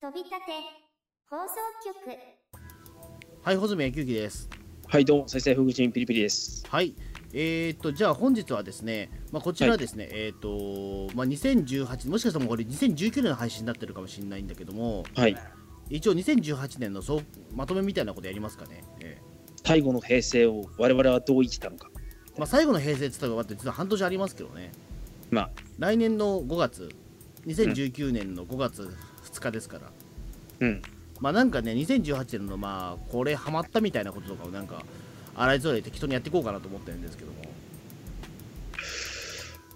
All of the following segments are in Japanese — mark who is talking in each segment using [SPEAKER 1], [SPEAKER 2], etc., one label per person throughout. [SPEAKER 1] 飛び立て放送局
[SPEAKER 2] はい、穂積幸之です。
[SPEAKER 3] はい、どうも、再生風口にピリピリです。
[SPEAKER 2] はい、えー、っと、じゃあ本日はですね、まあ、こちらはですね、えーっと、まあ、2018、もしかしたらもうこれ2019年の配信になってるかもしれないんだけども、
[SPEAKER 3] はい、
[SPEAKER 2] 一応2018年の総まとめみたいなことやりますかね。え
[SPEAKER 3] 最後の平成を我々はどう生きたのか。
[SPEAKER 2] えまあ、最後の平成って言ったら、実は半年ありますけどね、
[SPEAKER 3] まあ、
[SPEAKER 2] 来年の5月、2019年の5月2日ですから、
[SPEAKER 3] うん、
[SPEAKER 2] まあなんかね、2018年のまあ、これハマったみたいなこととかをなんか、洗いぞらい適当にやっていこうかなと思ってるんですけども、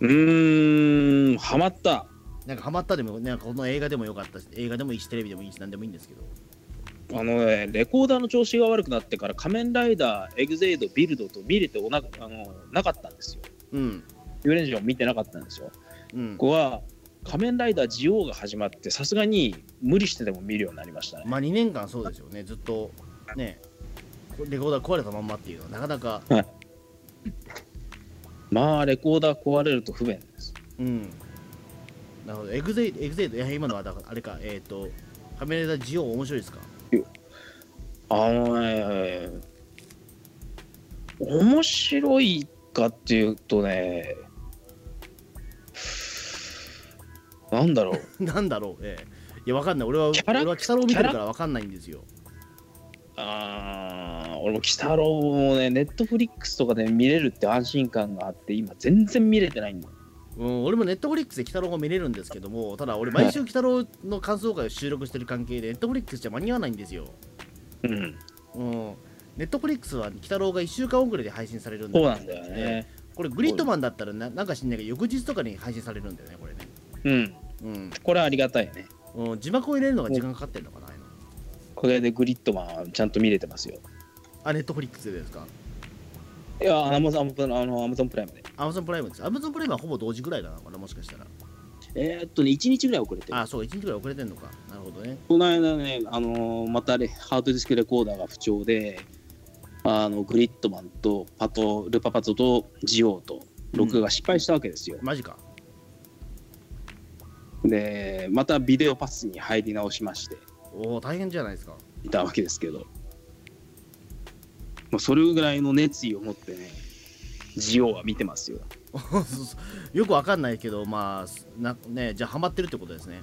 [SPEAKER 3] うーん、ハマった。
[SPEAKER 2] なんかハマったでも、なんかこの映画でもよかったし、映画でもいいし、テレビでもいいし、なんでもいいんですけど、
[SPEAKER 3] あのね、レコーダーの調子が悪くなってから、仮面ライダー、エグゼイド、ビルドと見れておなあのなかったんですよ。
[SPEAKER 2] うん、
[SPEAKER 3] ユーレンジョン見てなかったんですよ。
[SPEAKER 2] うん、
[SPEAKER 3] ここは、仮面ライダー、ジオウが始まって、さすがに無理してでも見るようになりましたね。
[SPEAKER 2] まあ2年間そうですよね、ずっと、ね、レコーダー壊れたまんまっていうのは、なかなか、
[SPEAKER 3] まあ、レコーダー壊れると不便です。
[SPEAKER 2] うん、なるほど、エグゼイエグゼイド、いや、今のはだから、あれか、えっ、と、カメライダージオ面白いですか
[SPEAKER 3] あのね、面白いかっていうとね、なんだろう、
[SPEAKER 2] なんだろう、ええいや、わかんない。俺は、
[SPEAKER 3] キャラ
[SPEAKER 2] 俺は、鬼太郎見てるからわかんないんですよ。
[SPEAKER 3] あー俺も、鬼太郎もね、ネットフリックスとかで見れるって安心感があって、今、全然見れてないんだよ。
[SPEAKER 2] うん、俺もネットフリックスで鬼太郎が見れるんですけども、ただ俺、毎週鬼太郎の感想会を収録してる関係で、ネットフリックスじゃ間に合わないんですよ。
[SPEAKER 3] うん、
[SPEAKER 2] うん。ネットフリックスは鬼太郎が1週間遅れで配信されるんだ
[SPEAKER 3] そ
[SPEAKER 2] け
[SPEAKER 3] う
[SPEAKER 2] ど
[SPEAKER 3] なんだよね。
[SPEAKER 2] これ、グリッドマンだったらな、なんか知んないけど、翌日とかに配信されるんだよね、これね。
[SPEAKER 3] うん、
[SPEAKER 2] うん
[SPEAKER 3] これはありがたいね。
[SPEAKER 2] うん。字幕を入れるのが時間かかってんのかな、ああいうの
[SPEAKER 3] これでグリッドマンはちゃんと見れてますよ。
[SPEAKER 2] あ、ネットフリックスでですか
[SPEAKER 3] いや、アマゾンあの Amazon プライムで。
[SPEAKER 2] アマゾンプライムです。アマゾンプライムはほぼ同時ぐらいなのかな、もしかしたら。
[SPEAKER 3] えーっとね、1日ぐらい遅れてる
[SPEAKER 2] あ、そう、1日ぐらい遅れてんのか。なるほどね。
[SPEAKER 3] この間ね、あのーまたレハードディスクレコーダーが不調で、あのグリッドマンとパトルパパトとジオウと録画が失敗したわけですよ。
[SPEAKER 2] マジか。
[SPEAKER 3] で、またビデオパスに入り直しまして
[SPEAKER 2] おお、大変じゃないですか。
[SPEAKER 3] いたわけですけど、まあ、それぐらいの熱意を持ってね、ジオウは見てますよ。
[SPEAKER 2] そうそうよくわかんないけど、まあ、なね、じゃあ、ハマってるってことですね。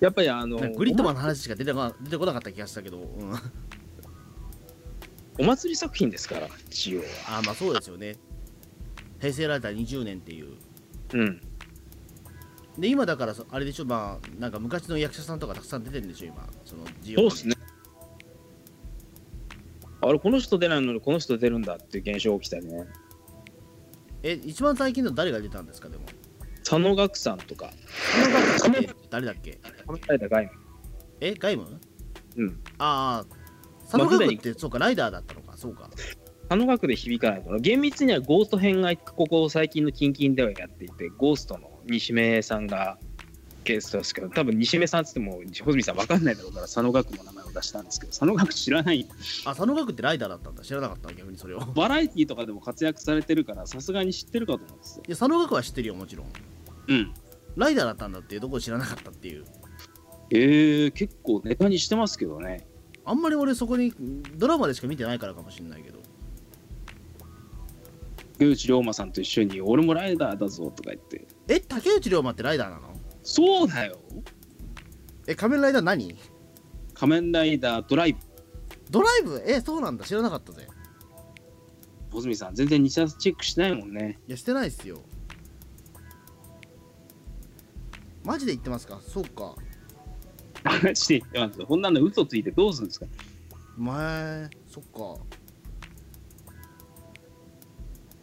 [SPEAKER 3] やっぱりあの
[SPEAKER 2] うんなんかグリッドマンの話しか出てこ出てこなかった気がしたけど、うん、あ
[SPEAKER 3] お祭り作品ですから、ジオウは。
[SPEAKER 2] ーまあそうですよね。平成ライター20年っていう。
[SPEAKER 3] うん。
[SPEAKER 2] で、今だからそ、あれでしょ、まあ、なんか昔の役者さんとかたくさん出てるんでしょ、今。そのジ
[SPEAKER 3] そうっすね。あれ、この人出ないのにこの人出るんだっていう現象起きたりね。
[SPEAKER 2] え、一番最近の誰が出たんですか、でも。
[SPEAKER 3] 佐野岳さんとか、
[SPEAKER 2] その方って誰だっけ
[SPEAKER 3] 考えた概
[SPEAKER 2] え、ガイム
[SPEAKER 3] 念うん。
[SPEAKER 2] ああ、佐野岳って、そうか、ライダーだったのか、そうか。
[SPEAKER 3] 佐野岳で響かないから、厳密にはゴースト編がここ最近のキンキンではやっていて、ゴーストの西目さんがゲストですけど、多分西目さんっつっても、穂積さん分かんないだろうから、佐野岳の名前を出したんですけど、佐野岳知らない、
[SPEAKER 2] あ、佐野岳ってライダーだったんだ、知らなかった、逆にそれを。い
[SPEAKER 3] バラエティーとかでも活躍されてるから、さすがに知ってるかと思うんですよ。
[SPEAKER 2] や、佐野岳は知ってるよ、もちろん。
[SPEAKER 3] うん。
[SPEAKER 2] ライダーだったんだっていうところ知らなかったっていう。
[SPEAKER 3] えー、結構ネタにしてますけどね。
[SPEAKER 2] あんまり俺そこにドラマでしか見てないからかもしれないけど
[SPEAKER 3] 竹内涼真さんと一緒に、俺もライダーだぞとか言って。
[SPEAKER 2] え竹内涼真ってライダーなの
[SPEAKER 3] そうだよ。
[SPEAKER 2] え仮面ライダー何
[SPEAKER 3] 仮面ライダードライブ。
[SPEAKER 2] ドライブえそうなんだ知らなかったぜ
[SPEAKER 3] 穂積さん、全然2冊チェックしないもんね。
[SPEAKER 2] いやしてないっすよマジで言ってますかそうか
[SPEAKER 3] 話していってますよこんなの嘘ついてどうするんですか
[SPEAKER 2] 前そっか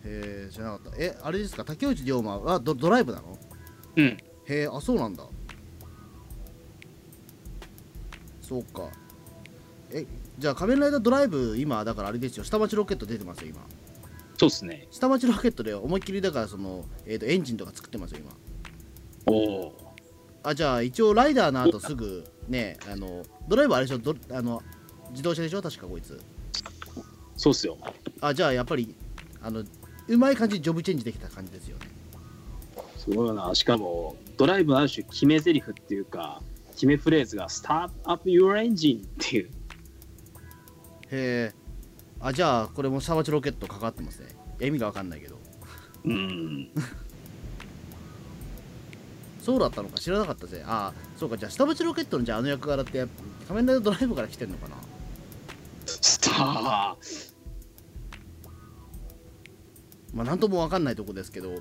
[SPEAKER 2] へえ知らなかったえあれですか竹内涼真はドドライブなの
[SPEAKER 3] うん。
[SPEAKER 2] へえあそうなんだそうかえじゃあ仮面ライダードライブ今だからあれですよ下町ロケット出てますよ今
[SPEAKER 3] そうっすね。
[SPEAKER 2] 下町ロケットで思いっきりだからその、えー、とエンジンとか作ってますよ今
[SPEAKER 3] おお。
[SPEAKER 2] あじゃあ一応ライダーの後すぐねあのドライブあれでしょどあの自動車でしょ確かこいつ
[SPEAKER 3] そうっすよ。
[SPEAKER 2] あじゃあやっぱりあのうまい感じにジョブチェンジできた感じですよね
[SPEAKER 3] すごいな。しかも、ドライブのある種決め台詞っていうか、決めフレーズが「Start up your engine」っていう
[SPEAKER 2] へえあじゃあこれもシャワチロケットかかってますねいや意味がわかんないけど
[SPEAKER 3] うん
[SPEAKER 2] そうだったのか知らなかったぜああそうかじゃあ下町ロケットのじゃああの役柄ってやっぱ仮面ライダードライブから来てんのかな
[SPEAKER 3] スター
[SPEAKER 2] まあなんともわかんないとこですけどうん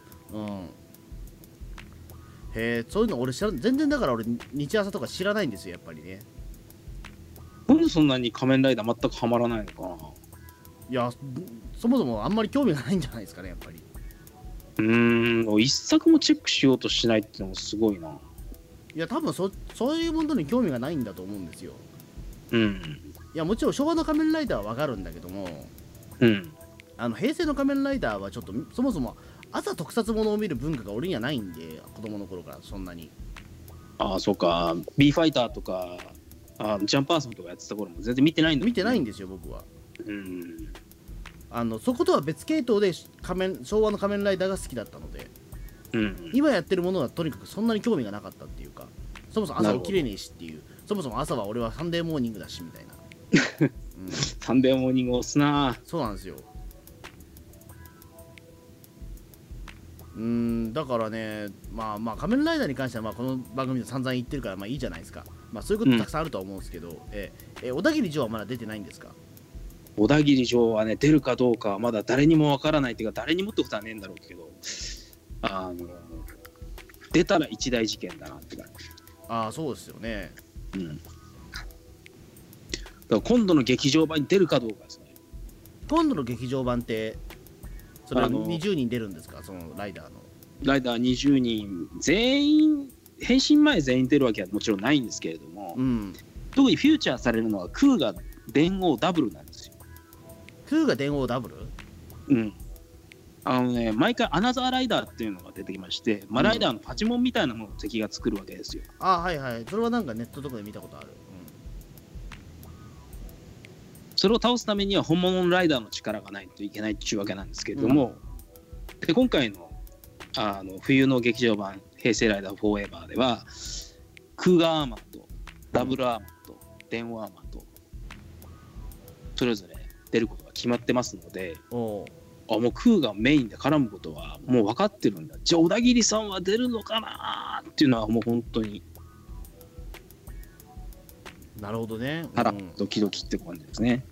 [SPEAKER 2] へえそういうの俺知らん全然だから俺日朝とか知らないんですよやっぱりね
[SPEAKER 3] なんでそんなに仮面ライダー全くハマらないのかない
[SPEAKER 2] やそもそもあんまり興味がないんじゃないですかねやっぱり
[SPEAKER 3] うーん一作もチェックしようとしないっていうのもすごいない
[SPEAKER 2] や多分そそういうものに興味がないんだと思うんですよ
[SPEAKER 3] うん
[SPEAKER 2] いやもちろん昭和の仮面ライダーはわかるんだけども
[SPEAKER 3] うん
[SPEAKER 2] あの平成の仮面ライダーはちょっとそもそも朝特撮ものを見る文化が俺にはないんで子供の頃からそんなに
[SPEAKER 3] ああそうか B ファイターとかあジャンパーソンとかやってた頃も全然見てないんだ
[SPEAKER 2] 見てないん
[SPEAKER 3] だ
[SPEAKER 2] ですよ僕は
[SPEAKER 3] うん
[SPEAKER 2] あのそことは別系統で仮面昭和の仮面ライダーが好きだったので
[SPEAKER 3] うん
[SPEAKER 2] 今やってるものはとにかくそんなに興味がなかったっていうかそもそも
[SPEAKER 3] な
[SPEAKER 2] 朝
[SPEAKER 3] る
[SPEAKER 2] 起
[SPEAKER 3] ほ
[SPEAKER 2] き
[SPEAKER 3] ど
[SPEAKER 2] れねえしっていうそもそも朝は俺はサンデーモーニングだしみたいな、うん、
[SPEAKER 3] サンデーモーニング押すな
[SPEAKER 2] そうなんですようーんだからねまあまあ仮面ライダーに関してはまあこの番組で散々言ってるからまあいいじゃないですかまあそういうこ
[SPEAKER 3] う
[SPEAKER 2] と
[SPEAKER 3] ん
[SPEAKER 2] たくさんあるとは思うんですけど、ええ小田切城はまだ出てないんですか
[SPEAKER 3] 小田切城はね出るかどうかはまだ誰にもわからないっていうか誰にもってことはねえんだろうけどあの出たら一大事件だなって感
[SPEAKER 2] ああそうですよね
[SPEAKER 3] じ、うん、だから今度の劇場版に出るかどうかですね
[SPEAKER 2] 今度の劇場版ってそれは
[SPEAKER 3] あの
[SPEAKER 2] 20人出るんですかそのライダーの
[SPEAKER 3] ライダー20人全員変身前全員出るわけはもちろんないんですけれども、
[SPEAKER 2] うん
[SPEAKER 3] 特にフューチャーされるのはクーが電王ダブルなんですよ。
[SPEAKER 2] 空が電王ダブル
[SPEAKER 3] うん、あのね毎回アナザーライダーっていうのが出てきまして、まあ、
[SPEAKER 2] うん
[SPEAKER 3] ライダーのパチモンみたいなものを敵が作るわけですよ。
[SPEAKER 2] ああはいはいそれはなんかネットとかで見たことある、
[SPEAKER 3] それを倒すためには本物のライダーの力がないといけないっていうわけなんですけれども、で今回のあの冬の劇場版「平成ライダーフォーエバー」ではクーガーアーマーとダブルアーマーと電話アーマーとそれぞれ出ることが決まってますので
[SPEAKER 2] うん、おう
[SPEAKER 3] あもうクーがメインで絡むことはもう分かってるんだじゃあ小田切さんは出るのかなっていうのはもう本当に
[SPEAKER 2] なるほどね、
[SPEAKER 3] 腹
[SPEAKER 2] うん
[SPEAKER 3] ドキドキって感じですね。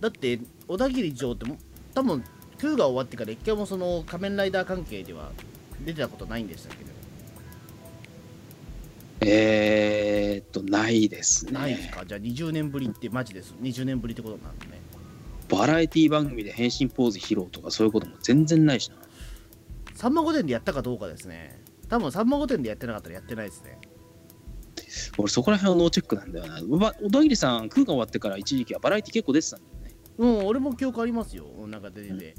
[SPEAKER 2] だって小田切城っても多分空が終わってから一回もその仮面ライダー関係では出てたことないんでしたっけど、
[SPEAKER 3] えー、っとないですね。
[SPEAKER 2] ないですかじゃあ20年ぶりってマジです20年ぶりってことなんでね
[SPEAKER 3] バラエティ番組で変身ポーズ披露とかそういうことも全然ないしな。
[SPEAKER 2] さんま御殿でやったかどうかですね多分さんま御殿でやってなかったらやってないですね
[SPEAKER 3] 俺そこら辺はノーチェックなんだよな。ば小田切さん、空が終わってから一時期はバラエティ結構出てたんだよね。
[SPEAKER 2] うん俺も記憶ありますようんなんか出てて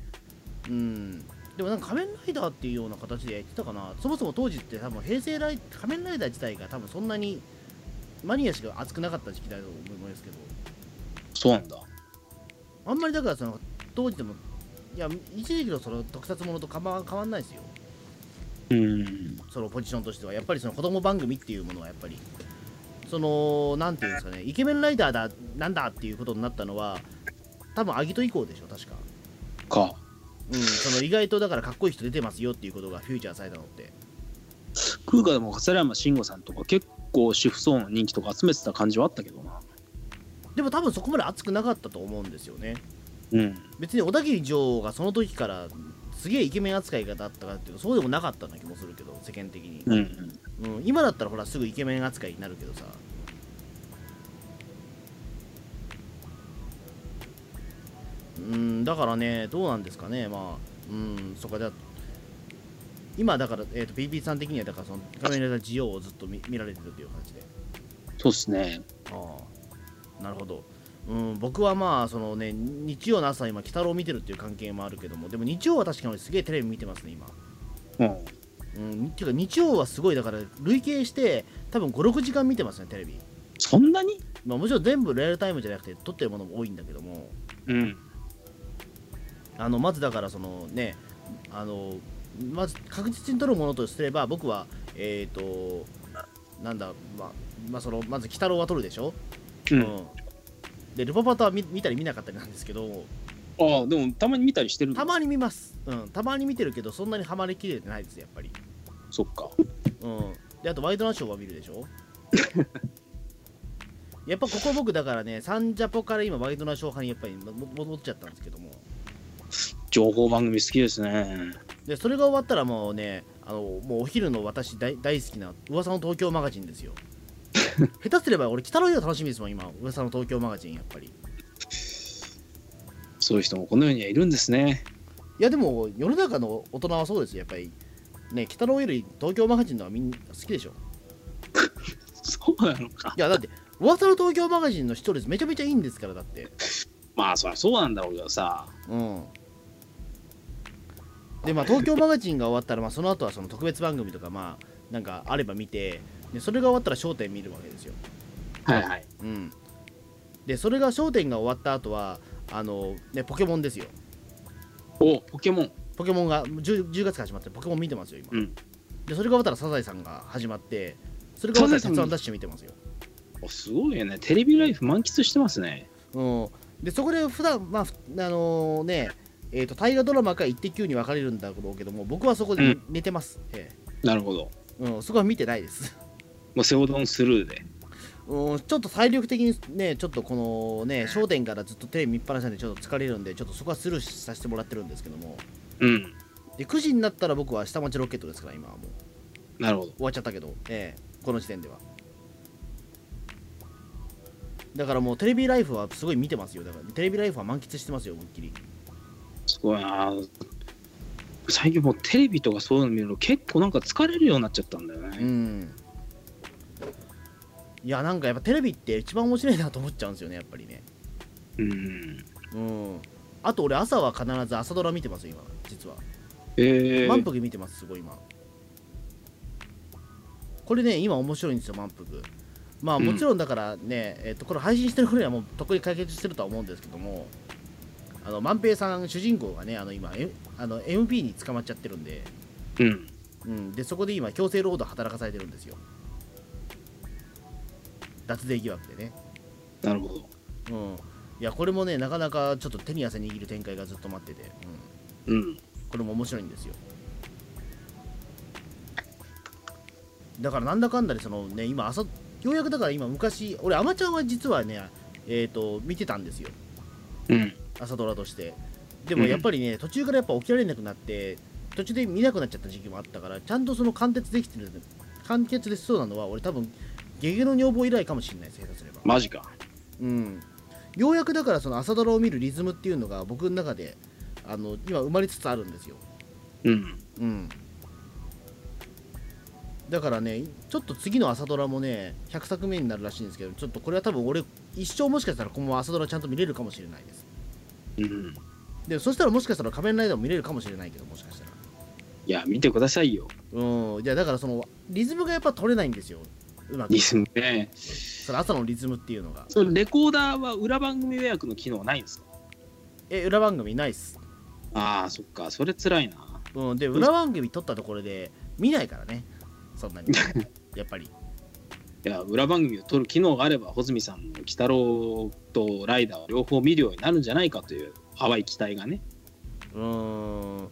[SPEAKER 2] うんでもなんか仮面ライダーっていうような形でやってたかなそもそも当時って多分平成ライ仮面ライダー自体が多分そんなにマニアしか熱くなかった時期だと思いますけど
[SPEAKER 3] そうなんだ。
[SPEAKER 2] あんまりだからその当時でもいや一時期のその特撮ものと変わ変わんないですよ
[SPEAKER 3] うん。
[SPEAKER 2] そのポジションとしてはやっぱりその子供番組っていうものはやっぱりそのなんていうんですかねイケメンライダーだなんだっていうことになったのは多分アギト以降でしょ確か、
[SPEAKER 3] か。
[SPEAKER 2] うん、その意外とだからかっこいい人出てますよっていうことがフューチャーされたのって
[SPEAKER 3] 空がでも笠山慎吾さんとか結構主婦層の人気とか集めてた感じはあったけどな。
[SPEAKER 2] でも多分そこまで熱くなかったと思うんですよね
[SPEAKER 3] うん。
[SPEAKER 2] 別に小田切女王がその時からすげえイケメン扱いがだったかっていうとそうでもなかったような気もするけど世間的に、
[SPEAKER 3] うん。
[SPEAKER 2] うん、今だったらほらすぐイケメン扱いになるけどさうんだからねどうなんですかねまあうんそっかじゃあ今だから、えー、と PP さん的にはだからその仮面ライダージオをずっと見見られてるという感じで
[SPEAKER 3] そうっすね。
[SPEAKER 2] ああなるほどうん僕はまあそのね日曜の朝今鬼太郎見てるっていう関係もあるけどもでも日曜は確かにすげえテレビ見てますね今
[SPEAKER 3] うん。
[SPEAKER 2] うん、っていうか日曜はすごいだから累計して多分56時間見てますねテレビ、
[SPEAKER 3] そんなに
[SPEAKER 2] まあ、もちろん全部リアルタイムじゃなくて撮ってるものも多いんだけども
[SPEAKER 3] うん。
[SPEAKER 2] あのまずだからそのねあのまず確実に撮るものとすれば僕はえっ、となんだ、ままあ、そのまず、鬼太郎は撮るでしょ、
[SPEAKER 3] う
[SPEAKER 2] うん
[SPEAKER 3] ん、
[SPEAKER 2] で、ルパパとは見見たり見なかったりなんですけど、
[SPEAKER 3] ああでもたまに見たりしてる
[SPEAKER 2] た
[SPEAKER 3] に
[SPEAKER 2] まに見ます、うん、たまに見てるけど、そんなにハマりきれてないです、やっぱり。
[SPEAKER 3] そっか
[SPEAKER 2] うん、であとワイドナショーは見るでし ょやっぱここ僕だからねサンジャポから今ワイドナショー派にやっぱりもも戻っちゃったんですけども
[SPEAKER 3] 情報番組好きですね
[SPEAKER 2] でそれが終わったらもうねあのもうお昼の私大大好きな噂の東京マガジン ですよ下手すれば俺北の家が楽しみですもん今噂の東京マガジンやっぱりい
[SPEAKER 3] そういう人もこの世にはいるんですね
[SPEAKER 2] やでも世の中の大人はそうですよやっぱりね北の家より東京マガジンのはみんな好きでしょ
[SPEAKER 3] そうなのか
[SPEAKER 2] いやだって噂の東京マガジンの視聴率めちゃめちゃいいんですからだって
[SPEAKER 3] まあそりゃそうなんだろうけどさ
[SPEAKER 2] うん。で、まあ、東京マガジンが終わったら、まあ、その後はその特別番組とか、まあ、なんかあれば見て、でそれが終わったら、焦点見るわけですよ。
[SPEAKER 3] はいはい
[SPEAKER 2] うん。で、それが焦点が終わった後は、あの、ね、ポケモンですよ。
[SPEAKER 3] おポケモン
[SPEAKER 2] ポケモンが 10, 10月から始まって、ポケモン見てますよ、今。
[SPEAKER 3] うん
[SPEAKER 2] で、それが終わったら、サザエさんが始まって、それが終わったら、鉄
[SPEAKER 3] サザエさん
[SPEAKER 2] 腕ダッシュ見てますよ。
[SPEAKER 3] おすごいよねテレビライフ満喫してますね
[SPEAKER 2] うん。で、そこで、普段まあ、ふあのね、えー、と大河ドラマか「イッテ Q!」に分かれるんだろうけども僕はそこで寝てます、ええ
[SPEAKER 3] なるほど
[SPEAKER 2] うん、そこは見てないです。
[SPEAKER 3] もうセオドンスルーで
[SPEAKER 2] うん、ちょっと体力的にね、ちょっとこのね、焦点からずっとテレビ見っぱなしなんで、ちょっと疲れるんで、ちょっとそこはスルーさせてもらってるんですけども、
[SPEAKER 3] うん
[SPEAKER 2] で9時になったら僕は下町ロケットですから、今はもう
[SPEAKER 3] なるほど
[SPEAKER 2] 終わっちゃったけど、ええこの時点では。だからもうテレビライフはすごい見てますよ、だからテレビライフは満喫してますよ、思いっきり。
[SPEAKER 3] すごいな最近もうテレビとかそういうの見るの結構なんか疲れるようになっちゃったんだよ
[SPEAKER 2] う
[SPEAKER 3] ね、
[SPEAKER 2] ん。いや、なんかやっぱテレビって一番面白いなと思っちゃうんですよね、やっぱりね。
[SPEAKER 3] うん、
[SPEAKER 2] うん。あと俺、朝は必ず朝ドラ見てますよ、今、実は。
[SPEAKER 3] ええ
[SPEAKER 2] 満腹見てますすごい今これね今面白いんですよ満腹まあ
[SPEAKER 3] うん
[SPEAKER 2] もちろんだからね、えっとこれ配信してる頃にはもうとっくに解決してるとは思うんですけどもあの万平さん主人公がねあの今、えあの MP に捕まっちゃってるんで,、
[SPEAKER 3] うん
[SPEAKER 2] うん、でそこで今強制労働働かされてるんですよ脱税疑惑でね
[SPEAKER 3] なるほど
[SPEAKER 2] うんいやこれもねなかなかちょっと手に汗握る展開がずっと待ってて、うん、
[SPEAKER 3] うん
[SPEAKER 2] これも面白いんですよだからなんだかんだでそのね今朝ようやくだから今昔俺あまちゃんは実はねえっ、と見てたんですよ
[SPEAKER 3] うん
[SPEAKER 2] 朝ドラとしてでもやっぱりね、途中からやっぱ起きられなくなって途中で見なくなっちゃった時期もあったからちゃんとその完結できてる完結できそうなのは俺多分「ゲゲの女房」以来かもしれないです下手すれば
[SPEAKER 3] マジか
[SPEAKER 2] うん、ようやくだからその朝ドラを見るリズムっていうのが僕の中であの今生まれつつあるんですよ、
[SPEAKER 3] うん
[SPEAKER 2] うん、だからねちょっと次の朝ドラもね100作目になるらしいんですけどちょっとこれは多分俺一生もしかしたらこの朝ドラちゃんと見れるかもしれないです
[SPEAKER 3] うん
[SPEAKER 2] でそしたらもしかしたら仮面ライダーも見れるかもしれないけどもしかしたら
[SPEAKER 3] いや見てくださいよ
[SPEAKER 2] うんいやだからそのリズムがやっぱ取れないんですようまく
[SPEAKER 3] リズムね
[SPEAKER 2] その朝のリズムっていうのが
[SPEAKER 3] それレコーダーは裏番組予約の機能ないんですか
[SPEAKER 2] え裏番組ないっす、
[SPEAKER 3] ああそっかそれ辛いな
[SPEAKER 2] うん、で裏番組取ったところで見ないからねそんな にやっぱり
[SPEAKER 3] いや裏番組を撮る機能があれば穂積さんも鬼太郎とライダーを両方見るようになるんじゃないかという淡い期待がね
[SPEAKER 2] うーん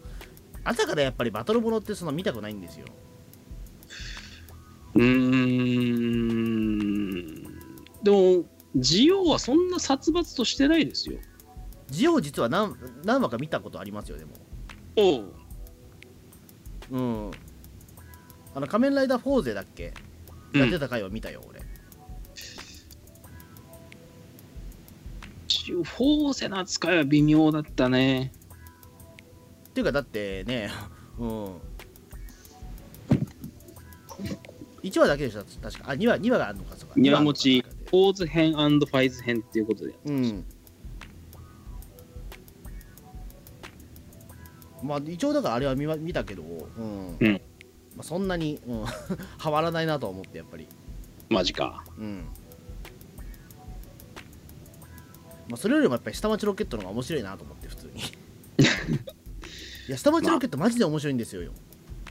[SPEAKER 2] 朝からやっぱりバトルものってその見たくないんですよ
[SPEAKER 3] うーんでもジオはそんな殺伐としてないですよ
[SPEAKER 2] ジオ実は何何話か見たことありますよでも
[SPEAKER 3] おう
[SPEAKER 2] うんあの仮面ライダーフォーゼだっけ
[SPEAKER 3] うん
[SPEAKER 2] やってた回は見たよ俺、
[SPEAKER 3] ジオフォーセの扱いは微妙だったね
[SPEAKER 2] っていうかだってね うん1話だけでしょ確かあ2話2話があるのかそうか
[SPEAKER 3] 庭持ち
[SPEAKER 2] 二話あるのか
[SPEAKER 3] フォーズ編ファイズ編っていうことで
[SPEAKER 2] うんまあ一応だからあれは見ま見たけど、うん
[SPEAKER 3] うん
[SPEAKER 2] まあ、そんなに、うん、 はまらないなとは思ってやっぱり
[SPEAKER 3] マジか
[SPEAKER 2] うんまあ、それよりもやっぱり下町ロケットの方が面白いなと思って普 通にいや下町ロケットマジで面白いんですよ、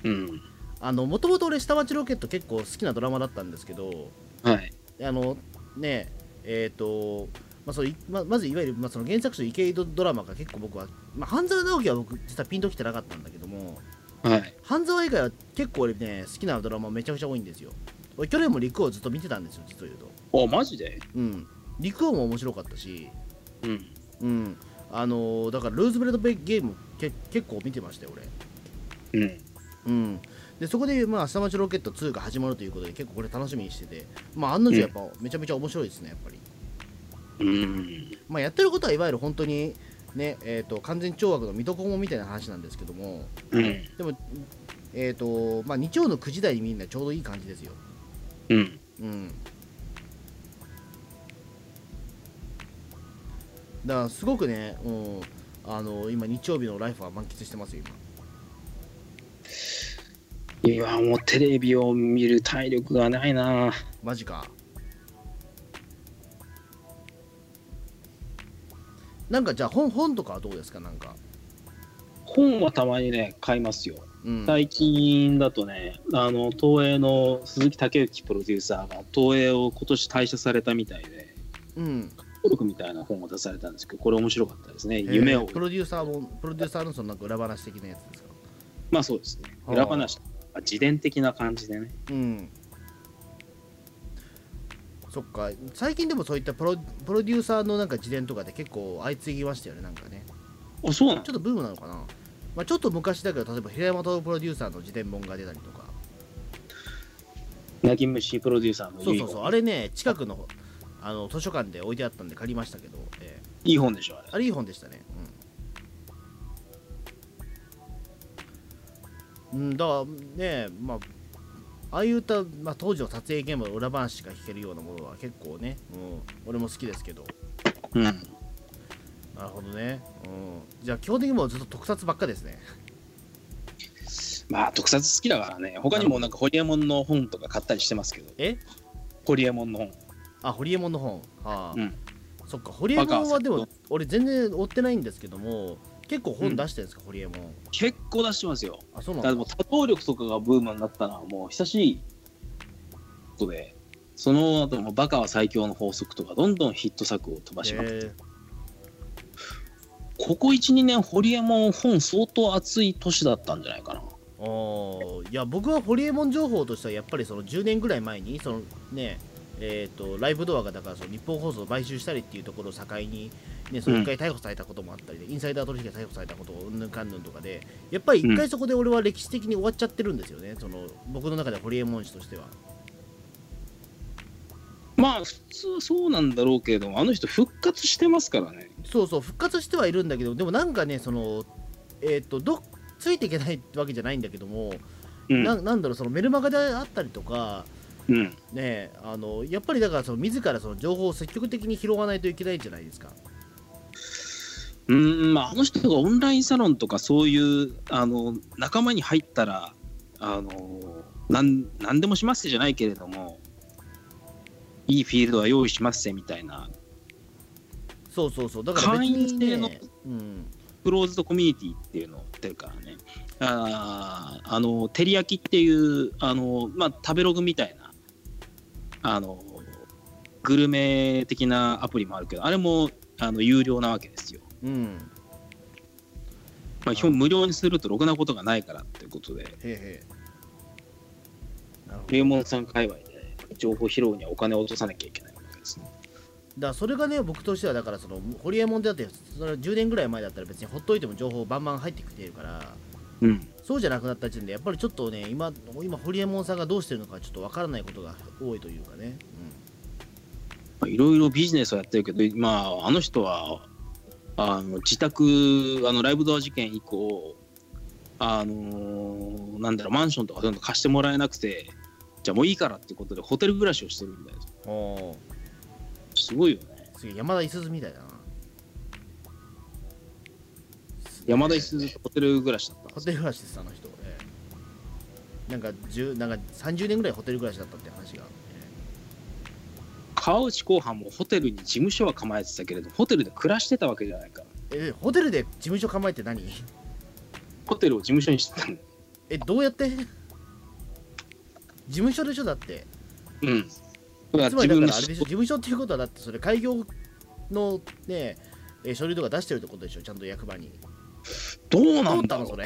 [SPEAKER 3] うん
[SPEAKER 2] あのもともと俺下町ロケット結構好きなドラマだったんですけど
[SPEAKER 3] はい。
[SPEAKER 2] あのねえっ、とまあそういままずいわゆる、まあ、その原作者の池井戸ドラマが結構僕は、まあ、半沢直樹は僕実はピンときてなかったんだけども
[SPEAKER 3] はい。
[SPEAKER 2] 半沢以外は結構俺ね好きなドラマめちゃくちゃ多いんですよ俺去年も陸王ずっと見てたんですよ実を言うと
[SPEAKER 3] お、マジで
[SPEAKER 2] うん陸王も面白かったし
[SPEAKER 3] うん。
[SPEAKER 2] うんあのーだからルーズベルトゲームけ結構見てましたよ俺
[SPEAKER 3] うん。
[SPEAKER 2] うん、でそこで、まあ、下町ロケット2が始まるということで結構これ楽しみにしてて、まあ、案の定やっぱめちゃめちゃ面白いですねやっぱり、
[SPEAKER 3] うん。
[SPEAKER 2] まあ、やってることはいわゆる本当にねえー、と完全懲悪の水戸黄門みたいな話なんですけども
[SPEAKER 3] うん。
[SPEAKER 2] でも、えーとまあ、日曜の9時台に見るのはちょうどいい感じですよ、
[SPEAKER 3] うん。
[SPEAKER 2] うん、だからすごくね、うん、あの今日曜日のライフは満喫してますよ今
[SPEAKER 3] 今もうテレビを見る体力がないな
[SPEAKER 2] マジかなんかじゃあ本本とかはどうですかなんか、
[SPEAKER 3] 本はたまにね、買いますよ。
[SPEAKER 2] うん、
[SPEAKER 3] 最近だとね、あの、東映の鈴木武之プロデューサーが東映を今年退社されたみたいで、
[SPEAKER 2] うん、
[SPEAKER 3] 登録みたいな本を出されたんですけど、これ面白かったですね。
[SPEAKER 2] えー
[SPEAKER 3] 夢を追う
[SPEAKER 2] プロデューサーもプロデューサーのそのなんか裏話的なやつですか
[SPEAKER 3] まあそうですね。
[SPEAKER 2] はあ
[SPEAKER 3] 裏話、自伝的な感じでね。
[SPEAKER 2] うんそっか最近でもそういったプロプロデューサーのなんか自伝とかで結構相次ぎましたよねなんかね
[SPEAKER 3] あ、そうなの
[SPEAKER 2] ちょっとブームなのかな、まあ、ちょっと昔だけど例えば平山徹プロデューサーの自伝本が出たりとか
[SPEAKER 3] 泣き虫プロデューサーの
[SPEAKER 2] そう
[SPEAKER 3] いい
[SPEAKER 2] そうそうあ
[SPEAKER 3] 本
[SPEAKER 2] れね近くのあの図書館で置いてあったんで借りましたけど、えー
[SPEAKER 3] いい本でしょ、あれ。
[SPEAKER 2] あれいい本でしたね。うん。うん、だからね、まあ、ああいった、まあ、当時の撮影現場の裏話が聞けるようなものは結構ね、うん、俺も好きですけど。
[SPEAKER 3] うん。
[SPEAKER 2] なるほどね。うん。じゃあ、基本的にもうずっと特撮ばっかですね。
[SPEAKER 3] まあ特撮好きだからね他にもなんかホリエモンの本とか買ったりしてますけど
[SPEAKER 2] え
[SPEAKER 3] ホリエモンの本
[SPEAKER 2] あ、ホリエモンの本。はあ、
[SPEAKER 3] うん
[SPEAKER 2] そっか、ホリエモンはで
[SPEAKER 3] バ
[SPEAKER 2] も、俺全然追ってないんですけども、結構本出してるんですか、ホリエモン。
[SPEAKER 3] 結構出してますよ
[SPEAKER 2] あ、そう
[SPEAKER 3] だ
[SPEAKER 2] なん
[SPEAKER 3] か
[SPEAKER 2] だ。
[SPEAKER 3] らもう多動力とかがブームになったのはもう久しいことでその後もバカは最強の法則とかどんどんヒット作を飛ばしまくって
[SPEAKER 2] へえ
[SPEAKER 3] ここ12年ホリエモン本相当熱い年だったんじゃないかな
[SPEAKER 2] あーいや僕はホリエモン情報としてはやっぱりその10年ぐらい前にそのねえー、とライブドアがだからその日本放送を買収したりっていうところを境に、ね、その
[SPEAKER 3] うん
[SPEAKER 2] 1回逮捕されたこともあったりで、インサイダー取引が逮捕されたことをうんぬんかんぬんとかでやっぱり1回そこで俺は歴史的に終わっちゃってるんですよね、その僕の中ではホリエモン氏としては。
[SPEAKER 3] まあ普通そうなんだろうけれどもあの人復活してますからね
[SPEAKER 2] そうそう復活してはいるんだけどでもなんかねそのえっ、とどついていけないわけじゃないんだけども、
[SPEAKER 3] うん
[SPEAKER 2] ななんだろうそのメルマガであったりとか
[SPEAKER 3] うん
[SPEAKER 2] ねえあのやっぱりだからその自らその情報を積極的に拾わないといけないじゃないですか。
[SPEAKER 3] うーんまあ、あの人がオンラインサロンとかそういうあの仲間に入ったらあのなん何でもしますせじゃないけれどもいいフィールドは用意しますせみたいな
[SPEAKER 2] そうそうそうだから別に
[SPEAKER 3] 会員制の
[SPEAKER 2] ね、うん、
[SPEAKER 3] クローズドコミュニティっていうのをやってるからねあーあの照り焼きっていうあの、まあ、食べログみたいなあのグルメ的なアプリもあるけどあれもあの有料なわけですよ、
[SPEAKER 2] うん、
[SPEAKER 3] まあ、基本無料にするとろくなことがないからっていうことで
[SPEAKER 2] へえへえ。なるほど。
[SPEAKER 3] 名門さん界隈で情報拾うにはお金を落とさなきゃいけないわけですね。
[SPEAKER 2] だからそれがね僕としてはだからそのホリエモンであってそれは10年ぐらい前だったら別にほっといても情報バンバン入ってきてるから
[SPEAKER 3] うん、
[SPEAKER 2] そうじゃなくなった時点でやっぱりちょっとね今今ホリエモンさんがどうしてるのかちょっとわからないことが多いというかね。
[SPEAKER 3] まあいろいろビジネスをやってるけど、まあ、あの人はあの自宅あのライブドア事件以降あのーなんだろうマンションとかどんどん貸してもらえなくてじゃあもういいからってことでホテル暮らしをしてるみたいです
[SPEAKER 2] うん、お
[SPEAKER 3] すごいよね
[SPEAKER 2] すげえ山田五十鈴みたいだな。
[SPEAKER 3] 山田一鈴とホテル暮らしだったんで
[SPEAKER 2] ホ
[SPEAKER 3] す
[SPEAKER 2] テル暮らしですあの人、ええなんか10なんか30年ぐらいホテル暮らしだったって話が、
[SPEAKER 3] 川内公判もホテルに事務所は構えてたけれどホテルで暮らしてたわけじゃないから
[SPEAKER 2] ええホテルで事務所構えて何
[SPEAKER 3] ホテルを事務所にしてたんだ
[SPEAKER 2] えどうやって事務所でしょだって
[SPEAKER 3] うん。だから
[SPEAKER 2] つま
[SPEAKER 3] 自
[SPEAKER 2] りだ
[SPEAKER 3] 分
[SPEAKER 2] か
[SPEAKER 3] の
[SPEAKER 2] らあれでしょ事務所っていうことはだってそれ開業のねえー書類とか出してるってことでしょちゃんと役場に
[SPEAKER 3] どう
[SPEAKER 2] ど
[SPEAKER 3] なん
[SPEAKER 2] うだ
[SPEAKER 3] だ
[SPEAKER 2] ろ
[SPEAKER 3] ろ
[SPEAKER 2] うそ
[SPEAKER 3] う
[SPEAKER 2] れ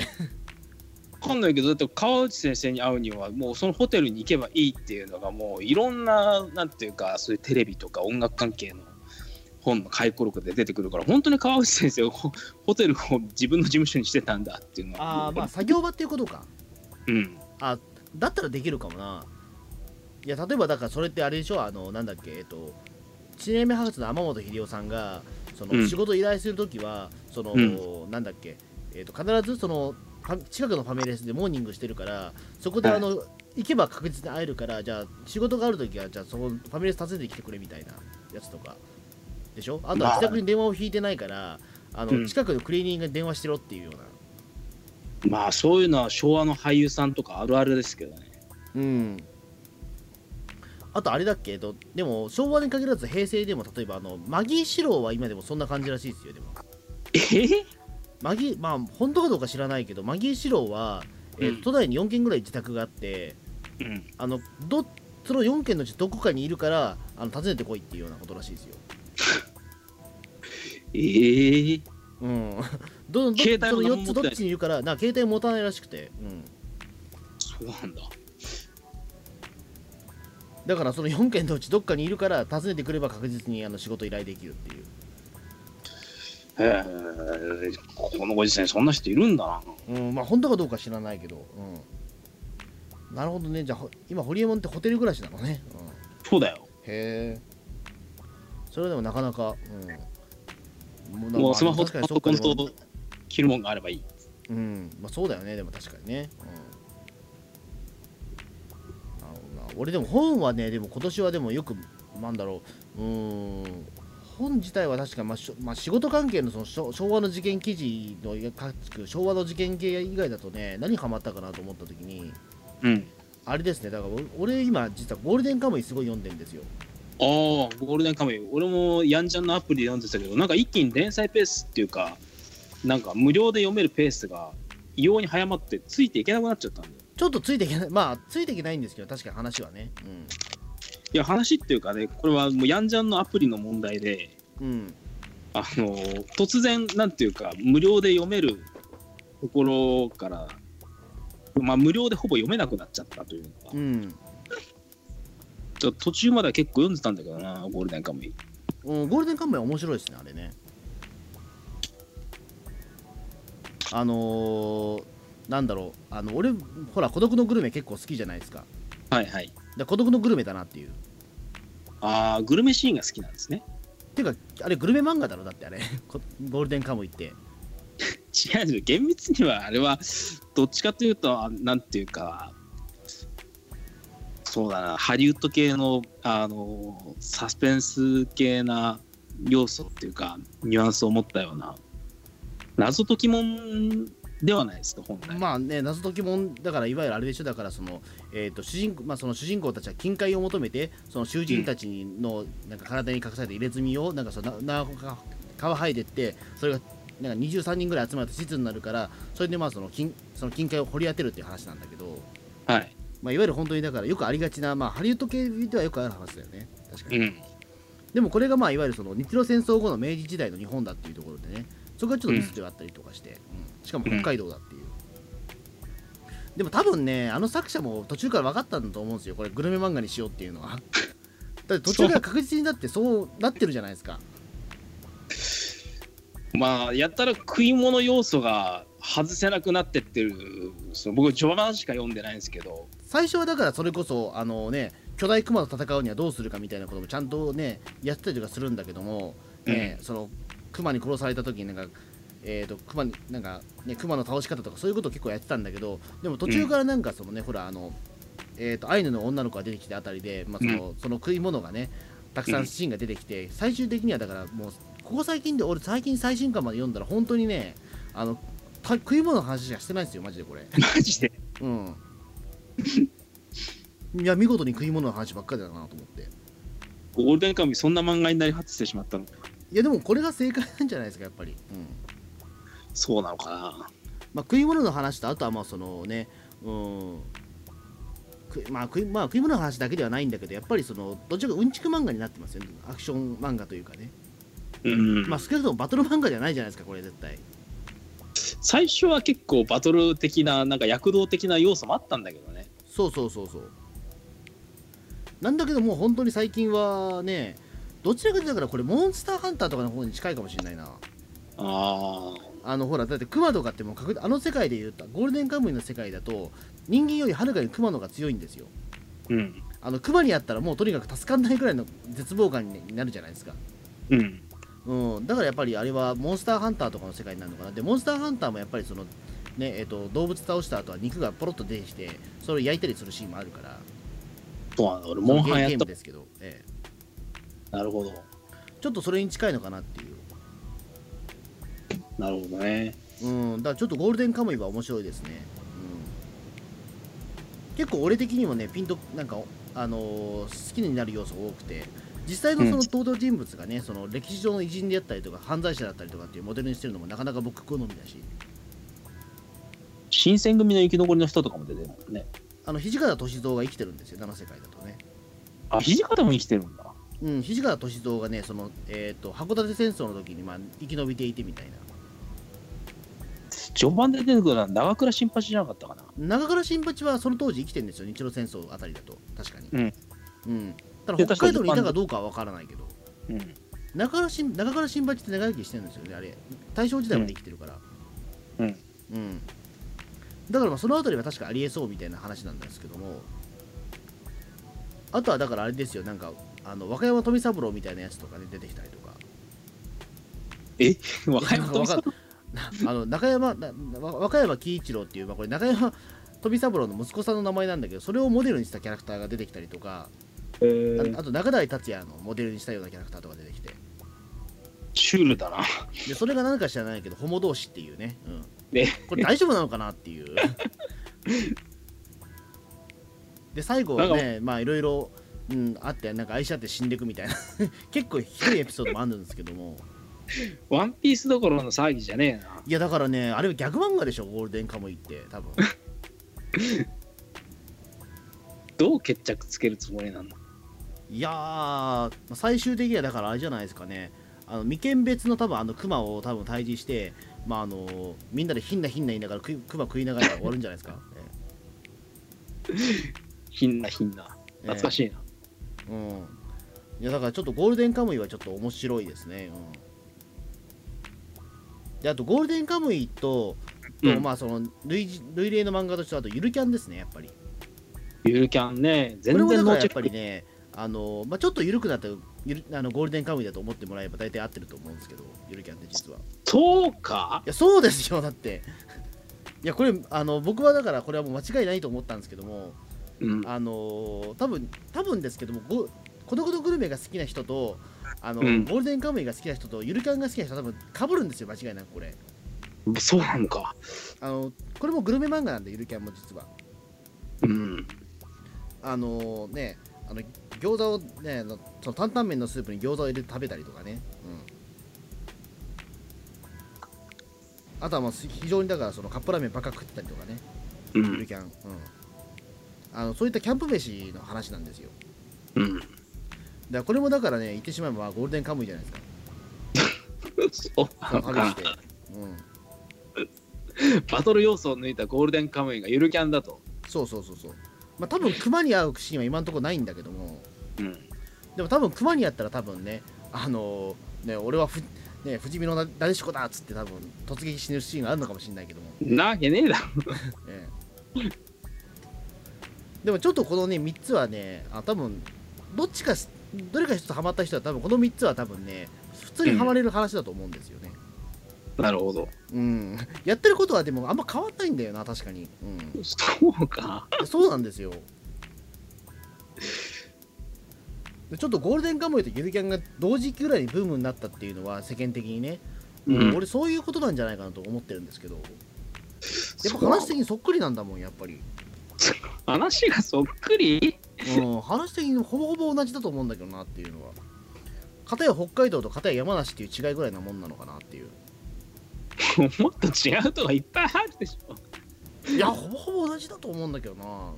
[SPEAKER 3] わかんないけどだって川内先生に会うにはもうそのホテルに行けばいいっていうのがもういろんななんていうかそういうテレビとか音楽関係の本の回顧録で出てくるから本当に川内先生ホホテルを自分の事務所にしてたんだっていうの は
[SPEAKER 2] ああまあ 作業場っていうことか
[SPEAKER 3] うん
[SPEAKER 2] あだったらできるかもないや例えばだからそれってあれでしょあのなんだっけえっと知念目博士の天本秀夫さんがその、
[SPEAKER 3] うん
[SPEAKER 2] 仕事依頼するときはその、
[SPEAKER 3] う
[SPEAKER 2] なんだっけ、えっと必ずそのファ近くのファミレスでモーニングしてるからそこで
[SPEAKER 3] はい
[SPEAKER 2] あの、行けば確実に会えるからじゃあ仕事があるときはじゃあそこファミレス訪ねてきてくれみたいなやつとかでしょあとは
[SPEAKER 3] まあ
[SPEAKER 2] 自宅に電話を引いてないからあの、
[SPEAKER 3] うん
[SPEAKER 2] 近くのクリーニングに電話しろっていうような
[SPEAKER 3] まあそういうのは昭和の俳優さんとかあるあるですけどね
[SPEAKER 2] うん。あとあれだっけえっとでも昭和に限らず平成でも例えばあのマギー四郎は今でもそんな感じらしいですよでも
[SPEAKER 3] えー
[SPEAKER 2] マギーまあ本当かどうか知らないけどマギー四郎は、えー
[SPEAKER 3] うん
[SPEAKER 2] 都内に4軒ぐらい自宅があって
[SPEAKER 3] うん
[SPEAKER 2] あのどその4軒のうちどこかにいるからあの訪ねてこいっていうようなことらしいですよ
[SPEAKER 3] えー
[SPEAKER 2] うん どど
[SPEAKER 3] 携帯
[SPEAKER 2] そ
[SPEAKER 3] も
[SPEAKER 2] の4
[SPEAKER 3] 何も
[SPEAKER 2] つ
[SPEAKER 3] 持ってない
[SPEAKER 2] どっちにいるからな携帯持たないらしくてうん
[SPEAKER 3] そうなんだ
[SPEAKER 2] だからその4軒のうちどっかにいるから訪ねてくれば確実にあの仕事依頼できるっていう
[SPEAKER 3] へーこのご時世にそんな人いるんだな
[SPEAKER 2] うん、まあ本当かどうか知らないけど、うん、なるほどねじゃあほ今ホリエモンってホテル暮らしなのね、うん、へ
[SPEAKER 3] そうだよ
[SPEAKER 2] えそれでもなかなか、うん、もうなん
[SPEAKER 3] も
[SPEAKER 2] か
[SPEAKER 3] うスマホ
[SPEAKER 2] 確
[SPEAKER 3] と
[SPEAKER 2] か
[SPEAKER 3] パ
[SPEAKER 2] にそ
[SPEAKER 3] ソ
[SPEAKER 2] っかで
[SPEAKER 3] コン
[SPEAKER 2] も
[SPEAKER 3] と着るもんがあればいい
[SPEAKER 2] うんまあそうだよねでも確かにね、うん、なるほどな俺でも本はねでも今年はでもよくなんだろううーん本自体は確か、まあしょまあ、仕事関係のそのしょ昭和の事件記事の書く昭和の事件系以外だとね何ハマったかなと思った時に
[SPEAKER 3] うん
[SPEAKER 2] あれですねだから俺俺今実はゴールデンカムイすごい読んでんですよ
[SPEAKER 3] ああ、ゴールデンカムイ。俺もヤンジャンのアプリで読んでたけど、なんか一気に連載ペースっていうか、なんか無料で読めるペースが異様に早まって、ついていけなくなっちゃったんだよ。
[SPEAKER 2] ちょっとついていけないまあついていけないんですけど確かに話はね
[SPEAKER 3] いや、話っていうかね、これはもうヤンジャンのアプリの問題で、
[SPEAKER 2] うんうん
[SPEAKER 3] あの突然、なんていうか、無料で読めるところから、まあ、無料でほぼ読めなくなっちゃったというのが、
[SPEAKER 2] うん
[SPEAKER 3] ちょっと途中までは結構読んでたんだけどな、ゴールデンカムイ。
[SPEAKER 2] うん、ゴールデンカムイは面白いですねあれねあのーなんだろうあの俺ほら孤独のグルメ結構好きじゃないですか
[SPEAKER 3] はいはい。
[SPEAKER 2] で孤独のグルメだなっていう
[SPEAKER 3] ああ、グルメシーンが好きなんですね。
[SPEAKER 2] ていうかあれグルメ漫画だろだってあれ こゴールデンカムイって
[SPEAKER 3] 違う違う厳密にはあれはどっちかというとあなんていうかそうだなハリウッド系のあのサスペンス系な要素っていうかニュアンスを持ったような謎解きもんではないですか本来、
[SPEAKER 2] まあね謎解きもんだからいわゆるあれでしょだからその,、えー、と主人公まあ、その主人公たちは金塊を求めてその囚人たちのなんか体に隠された入れ墨をなんかそのなな皮剥いでってそれがなんか23人ぐらい集まると地図になるからそれでまあその金その金塊を掘り当てるっていう話なんだけど、
[SPEAKER 3] はい、
[SPEAKER 2] まあ、いわゆる本当にだからよくありがちな、まあ、ハリウッド系ではよくある話だよね確かに、
[SPEAKER 3] うん、
[SPEAKER 2] でもこれがまあいわゆるその日露戦争後の明治時代の日本だっていうところでねそこがちょっとミスではあったりとかして、うんしかも北海道だっていう、でも多分ねあの作者も途中から分かったんだと思うんですよこれグルメ漫画にしようっていうのはだって途中から確実にだってそうなってるじゃないですか
[SPEAKER 3] まあやったら食い物要素が外せなくなってってるその僕序盤しか読んでないんですけ ど
[SPEAKER 2] 最初はだからそれこそあのね巨大クマと戦うにはどうするかみたいなこともちゃんとねやってたりとかするんだけども、ねそのクマに殺された時になんか、えー、とクマになんか、ね、クマの倒し方とかそういうことを結構やってたんだけどでも途中からなんかそのね、ほらあの、えー、とアイヌの女の子が出てきたあたりで、まあそのその食い物がねたくさんシーンが出てきて最終的にはだからもうここ最近で俺最近最新刊まで読んだら本当にねあのた食い物の話しかしてないんですよマジでこれ。
[SPEAKER 3] マジで
[SPEAKER 2] うん。 いや、見事に食い物の話ばっかりだなと思って。
[SPEAKER 3] ゴールデンカムイそんな漫画になり果ててしまったの
[SPEAKER 2] いや、でもこれが正解なんじゃないですか、やっぱり。うん。
[SPEAKER 3] そうなのかな
[SPEAKER 2] まあ、食い物の話と、あとはまあ、そのね、うん。くまあ食いまあ、食い物の話だけではないんだけどやっぱりそのどっちらかうんちく漫画になってますよねアクション漫画というかね、
[SPEAKER 3] うん
[SPEAKER 2] まあ、少なくともバトル漫画じゃないじゃないですかこれ絶対
[SPEAKER 3] 最初は結構バトル的ななんか躍動的な要素もあったんだけどね
[SPEAKER 2] そうそうそうそうなんだけどもう本当に最近はねどちらかというとだからこれモンスターハンターとかの方に近いかもしれないな
[SPEAKER 3] あ
[SPEAKER 2] あのほらだってクマとかってもう確あの世界で言ったゴールデンカムイの世界だと人間よりはるかにクマの方が強いんですよ
[SPEAKER 3] うん
[SPEAKER 2] あのクマにあったらもうとにかく助かんないぐらいの絶望感になるじゃないですか
[SPEAKER 3] うん
[SPEAKER 2] うん、だからやっぱりあれはモンスターハンターとかの世界になるのかなでモンスターハンターもやっぱりその、ねえー、と動物倒した後は肉がポロッと出てきてそれを焼いたりするシーンもあるから
[SPEAKER 3] そうなんだ俺モンハンや
[SPEAKER 2] ゲーム
[SPEAKER 3] った
[SPEAKER 2] ですけど、ええ
[SPEAKER 3] なるほど
[SPEAKER 2] ちょっとそれに近いのかなっていう、
[SPEAKER 3] なるほどね
[SPEAKER 2] うん、だからちょっとゴールデンカムイは面白いですね、うん、結構俺的にもねピンとなんか、あのー好きになる要素が多くて実際のその登場人物がね、その歴史上の偉人であったりとか犯罪者だったりとかっていうモデルにしてるのもなかなか僕好みだし
[SPEAKER 3] 新選組の生き残りの人とかも出てるもんね
[SPEAKER 2] あの土方歳三が生きてるんですよ、7世界だとね。
[SPEAKER 3] あ土方も生きてるんだ
[SPEAKER 2] うん、土方歳三がね、その、えっ、と、函館戦争の時に、まあ、生き延びていてみたいな。
[SPEAKER 3] 序盤で出てくるのは長倉新八じゃなかったかな
[SPEAKER 2] 長倉新八はその当時生きてるんですよ、日露戦争あたりだと、確かに。
[SPEAKER 3] うん。
[SPEAKER 2] うん。ただ、
[SPEAKER 3] で
[SPEAKER 2] 北海道にいた
[SPEAKER 3] 確か
[SPEAKER 2] か
[SPEAKER 3] に
[SPEAKER 2] どうかは分からないけど、
[SPEAKER 3] うん
[SPEAKER 2] 中倉新長倉新八って長生きしてるんですよね、あれ。大正時代まで生きてるから。
[SPEAKER 3] うん。
[SPEAKER 2] うん。だから、まあ、そのあたりは確かありえそうみたいな話なんですけども、あとはだからあれですよ、なんか、あの和歌山富三郎みたいなやつとかね、出てきたりとか。
[SPEAKER 3] え若い
[SPEAKER 2] なんかわかん あの中山ななわ若山喜一郎っていう、まあ、これ中山富三郎の息子さんの名前なんだけどそれをモデルにしたキャラクターが出てきたりとか、
[SPEAKER 3] え
[SPEAKER 2] ああと中台達也のモデルにしたようなキャラクターとか出てきて
[SPEAKER 3] シュールだな
[SPEAKER 2] でそれが何か知らないけどホモ同士っていうね、うん、
[SPEAKER 3] で
[SPEAKER 2] これ大丈夫なのかなって いうで最後はねまあいろいろうん、あってなんか愛し合って死んでくみたいな 結構ひどいエピソードもあるんですけども
[SPEAKER 3] ワンピースどころの騒ぎじゃねえない
[SPEAKER 2] やだからねあれは逆漫画でしょゴールデンカムイって多分
[SPEAKER 3] どう決着つけるつもりなんだ
[SPEAKER 2] いやーまあ、最終的にはだからあれじゃないですかね、あの眉間別の多分あの熊を多分退治して、まああのみんなでひんなひんな言いながらく熊食いながら終わるんじゃないですか。え
[SPEAKER 3] ひんなひんな
[SPEAKER 2] え
[SPEAKER 3] 懐かしいな、
[SPEAKER 2] ええうん。いやだからちょっとゴールデンカムイはちょっと面白いですね。うん。であとゴールデンカムイと、と
[SPEAKER 3] うん
[SPEAKER 2] まあその類似類例の漫画としてあとゆるキャンですねやっぱり。
[SPEAKER 3] ゆるキャンね全
[SPEAKER 2] これ
[SPEAKER 3] 然
[SPEAKER 2] もだから
[SPEAKER 3] ノー
[SPEAKER 2] や
[SPEAKER 3] チ
[SPEAKER 2] っ
[SPEAKER 3] ェッ
[SPEAKER 2] ぱ
[SPEAKER 3] ク
[SPEAKER 2] りね、あのまあ、ちょっと緩くなったゆるあのゴールデンカムイだと思ってもらえば大体合ってると思うんですけど、ゆるキャンって実は。い
[SPEAKER 3] そうか
[SPEAKER 2] や、そうですよ、だって。いや、これ、あの僕はだから、これはもう間違いないと思ったんですけども、
[SPEAKER 3] うん
[SPEAKER 2] あの多分多分ですけども、ご孤独のグルメが好きな人と、あの
[SPEAKER 3] うん
[SPEAKER 2] ゴールデンカムイが好きな人と、ゆるキャンが好きな人は多分かぶるんですよ、間違いなくこれ。
[SPEAKER 3] そうなのか
[SPEAKER 2] あのこれもグルメ漫画なんで、ゆるキャンも実は。
[SPEAKER 3] うん
[SPEAKER 2] あのねあの餃子をねあのその担々麺のスープに餃子を入れて食べたりとかね、うん、あとはもうす非常にだからそのカップラーメンばっか食ったりとかね
[SPEAKER 3] う
[SPEAKER 2] ゆる
[SPEAKER 3] ん
[SPEAKER 2] キャン、うん、あのそういったキャンプ飯の話なんですよ
[SPEAKER 3] う
[SPEAKER 2] だ
[SPEAKER 3] ん
[SPEAKER 2] からこれもだからね言ってしまえばゴールデンカムイじゃないですか
[SPEAKER 3] そうな
[SPEAKER 2] そ
[SPEAKER 3] の
[SPEAKER 2] の旅
[SPEAKER 3] か
[SPEAKER 2] して、うん、
[SPEAKER 3] バトル要素を抜いたゴールデンカムイがゆるキャンだと
[SPEAKER 2] そうそうそうそうまあ多分熊に会うシーンは今のところないんだけども
[SPEAKER 3] うん
[SPEAKER 2] でも多分熊にやったら多分ね、あのね俺はふ、ね、不死身のななでしこだっつって多分突撃死ぬシーンがあるのかもしれないけども、
[SPEAKER 3] なわけねえだろ
[SPEAKER 2] ええでもちょっとこのね3つはねあ多分どっちかどれか一つハマった人は多分この3つは多分ね普通にハマれる話だと思うんですよね
[SPEAKER 3] なるほど
[SPEAKER 2] うん、 やってることはでもあんま変わんないんだよな確かに、うん
[SPEAKER 3] そうか
[SPEAKER 2] で、そうなんですよでちょっとゴールデンカムイとゆるキャンが同時期ぐらいにブームになったっていうのは世間的にね、
[SPEAKER 3] うん
[SPEAKER 2] 俺そういうことなんじゃないかなと思ってるんですけどやっ
[SPEAKER 3] そう
[SPEAKER 2] ぱ話的にそっくりなんだもんやっぱり、
[SPEAKER 3] 話がそっくり
[SPEAKER 2] うん、話的にほぼほぼ同じだと思うんだけどなっていうのは片や北海道と片や山梨っていう違いぐらいなもんなのかなっていう
[SPEAKER 3] もっと違うとかいっぱいあるでしょ
[SPEAKER 2] いやほぼほぼ同じだと思うんだけどなうん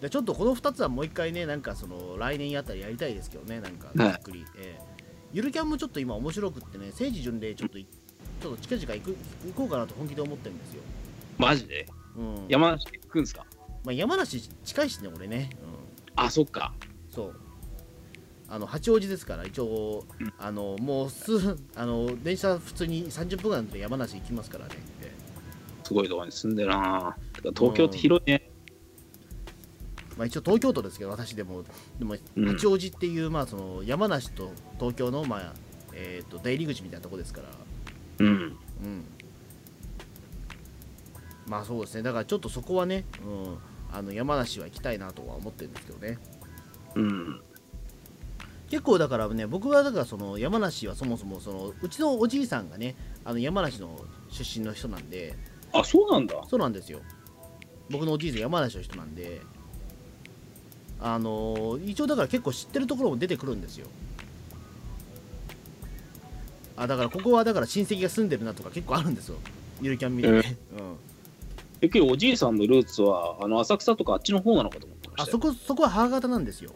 [SPEAKER 2] でちょっとこの2つはもう一回ねなんかその来年あたりやりたいですけどねなんか
[SPEAKER 3] は
[SPEAKER 2] ざ
[SPEAKER 3] い
[SPEAKER 2] っくり、ええゆるキャンもちょっと今面白くってね政治巡礼ちょっといちょっと近々行く行こうかなと本気で思ってるんですよ、
[SPEAKER 3] マジで
[SPEAKER 2] うん
[SPEAKER 3] 山梨行くんすか
[SPEAKER 2] まあ、山梨近いしね俺ね、
[SPEAKER 3] あ、そっか。
[SPEAKER 2] うん、そうあの八王子ですから一応
[SPEAKER 3] うん
[SPEAKER 2] あのもうすあの電車普通に30分間で山梨行きますからね、ええ
[SPEAKER 3] すごいとこに住んでるなてか東京って広いね。
[SPEAKER 2] まあ、一応東京都ですけど私でもでも
[SPEAKER 3] うん
[SPEAKER 2] 八王子っていう、まあ、その山梨と東京の、まあえー、と出入り口みたいなとこですから、
[SPEAKER 3] うん。
[SPEAKER 2] うん、まあそうですねだからちょっとそこはね、うん、あの山梨は行きたいなとは思ってるんですけどね
[SPEAKER 3] うん。
[SPEAKER 2] 結構だからね僕はだからその山梨はそもそもそのうちのおじいさんがねあの山梨の出身の人なんで
[SPEAKER 3] あ、そうなんだ。
[SPEAKER 2] そうなんですよ僕のおじいさん山梨の人なんであのー一応だから結構知ってるところも出てくるんですよあだからここはだから親戚が住んでるなとか結構あるんですよゆるキャン見てね、うん、
[SPEAKER 3] てっきりおじいさんのルーツは、あの、浅草とかあっちの方なのかと思ってました
[SPEAKER 2] あ
[SPEAKER 3] よ。
[SPEAKER 2] そこそこは母方なんですよ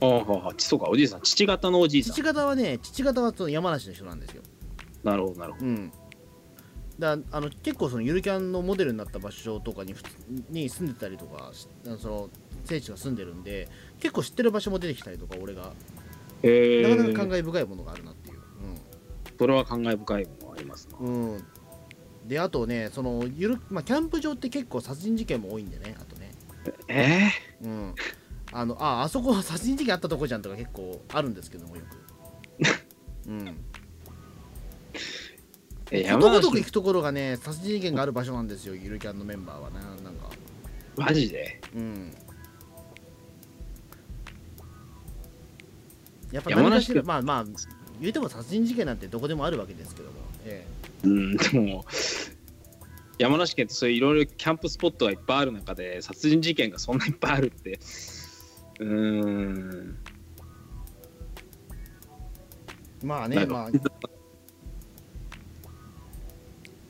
[SPEAKER 3] ああ、はあはあ、そうか、おじいさん、父方のおじいさん
[SPEAKER 2] 父。方はね父方はその山梨の人なんですよ
[SPEAKER 3] なるほど、なるほ
[SPEAKER 2] うんだあの結構そのゆるキャンのモデルになった場所とかに普通に住んでたりとかしあのその聖地が住んでるんで結構知ってる場所も出てきたりとか俺が
[SPEAKER 3] ど。へ
[SPEAKER 2] なかなか
[SPEAKER 3] え、
[SPEAKER 2] 感慨深いものがあるなっていう。
[SPEAKER 3] それは感慨深いものありますな。
[SPEAKER 2] うん。うん、で、あとね、そのゆる、まあ、キャンプ場って結構殺人事件も多いんでね、あとね。
[SPEAKER 3] え
[SPEAKER 2] うん。あの、あ、あそこ殺人事件あったとこじゃんとか結構あるんですけども、よく。うん。
[SPEAKER 3] ー、え
[SPEAKER 2] こと
[SPEAKER 3] 山
[SPEAKER 2] ごとく
[SPEAKER 3] 梨
[SPEAKER 2] 行くところがね、殺人事件がある場所なんですよ、ゆるキャンのメンバーはな、なんか。
[SPEAKER 3] マジで
[SPEAKER 2] うん。やっぱ
[SPEAKER 3] 山
[SPEAKER 2] 何か
[SPEAKER 3] 梨
[SPEAKER 2] しら、まあまあ、言うても殺人事件なんてどこでもあるわけですけども。ええ
[SPEAKER 3] うん、でも、山梨県ってそういういろいろキャンプスポットがいっぱいある中で、殺人事件がそんないっぱいあるって、うーん、
[SPEAKER 2] まあ
[SPEAKER 3] な
[SPEAKER 2] ね、
[SPEAKER 3] んか
[SPEAKER 2] まあ、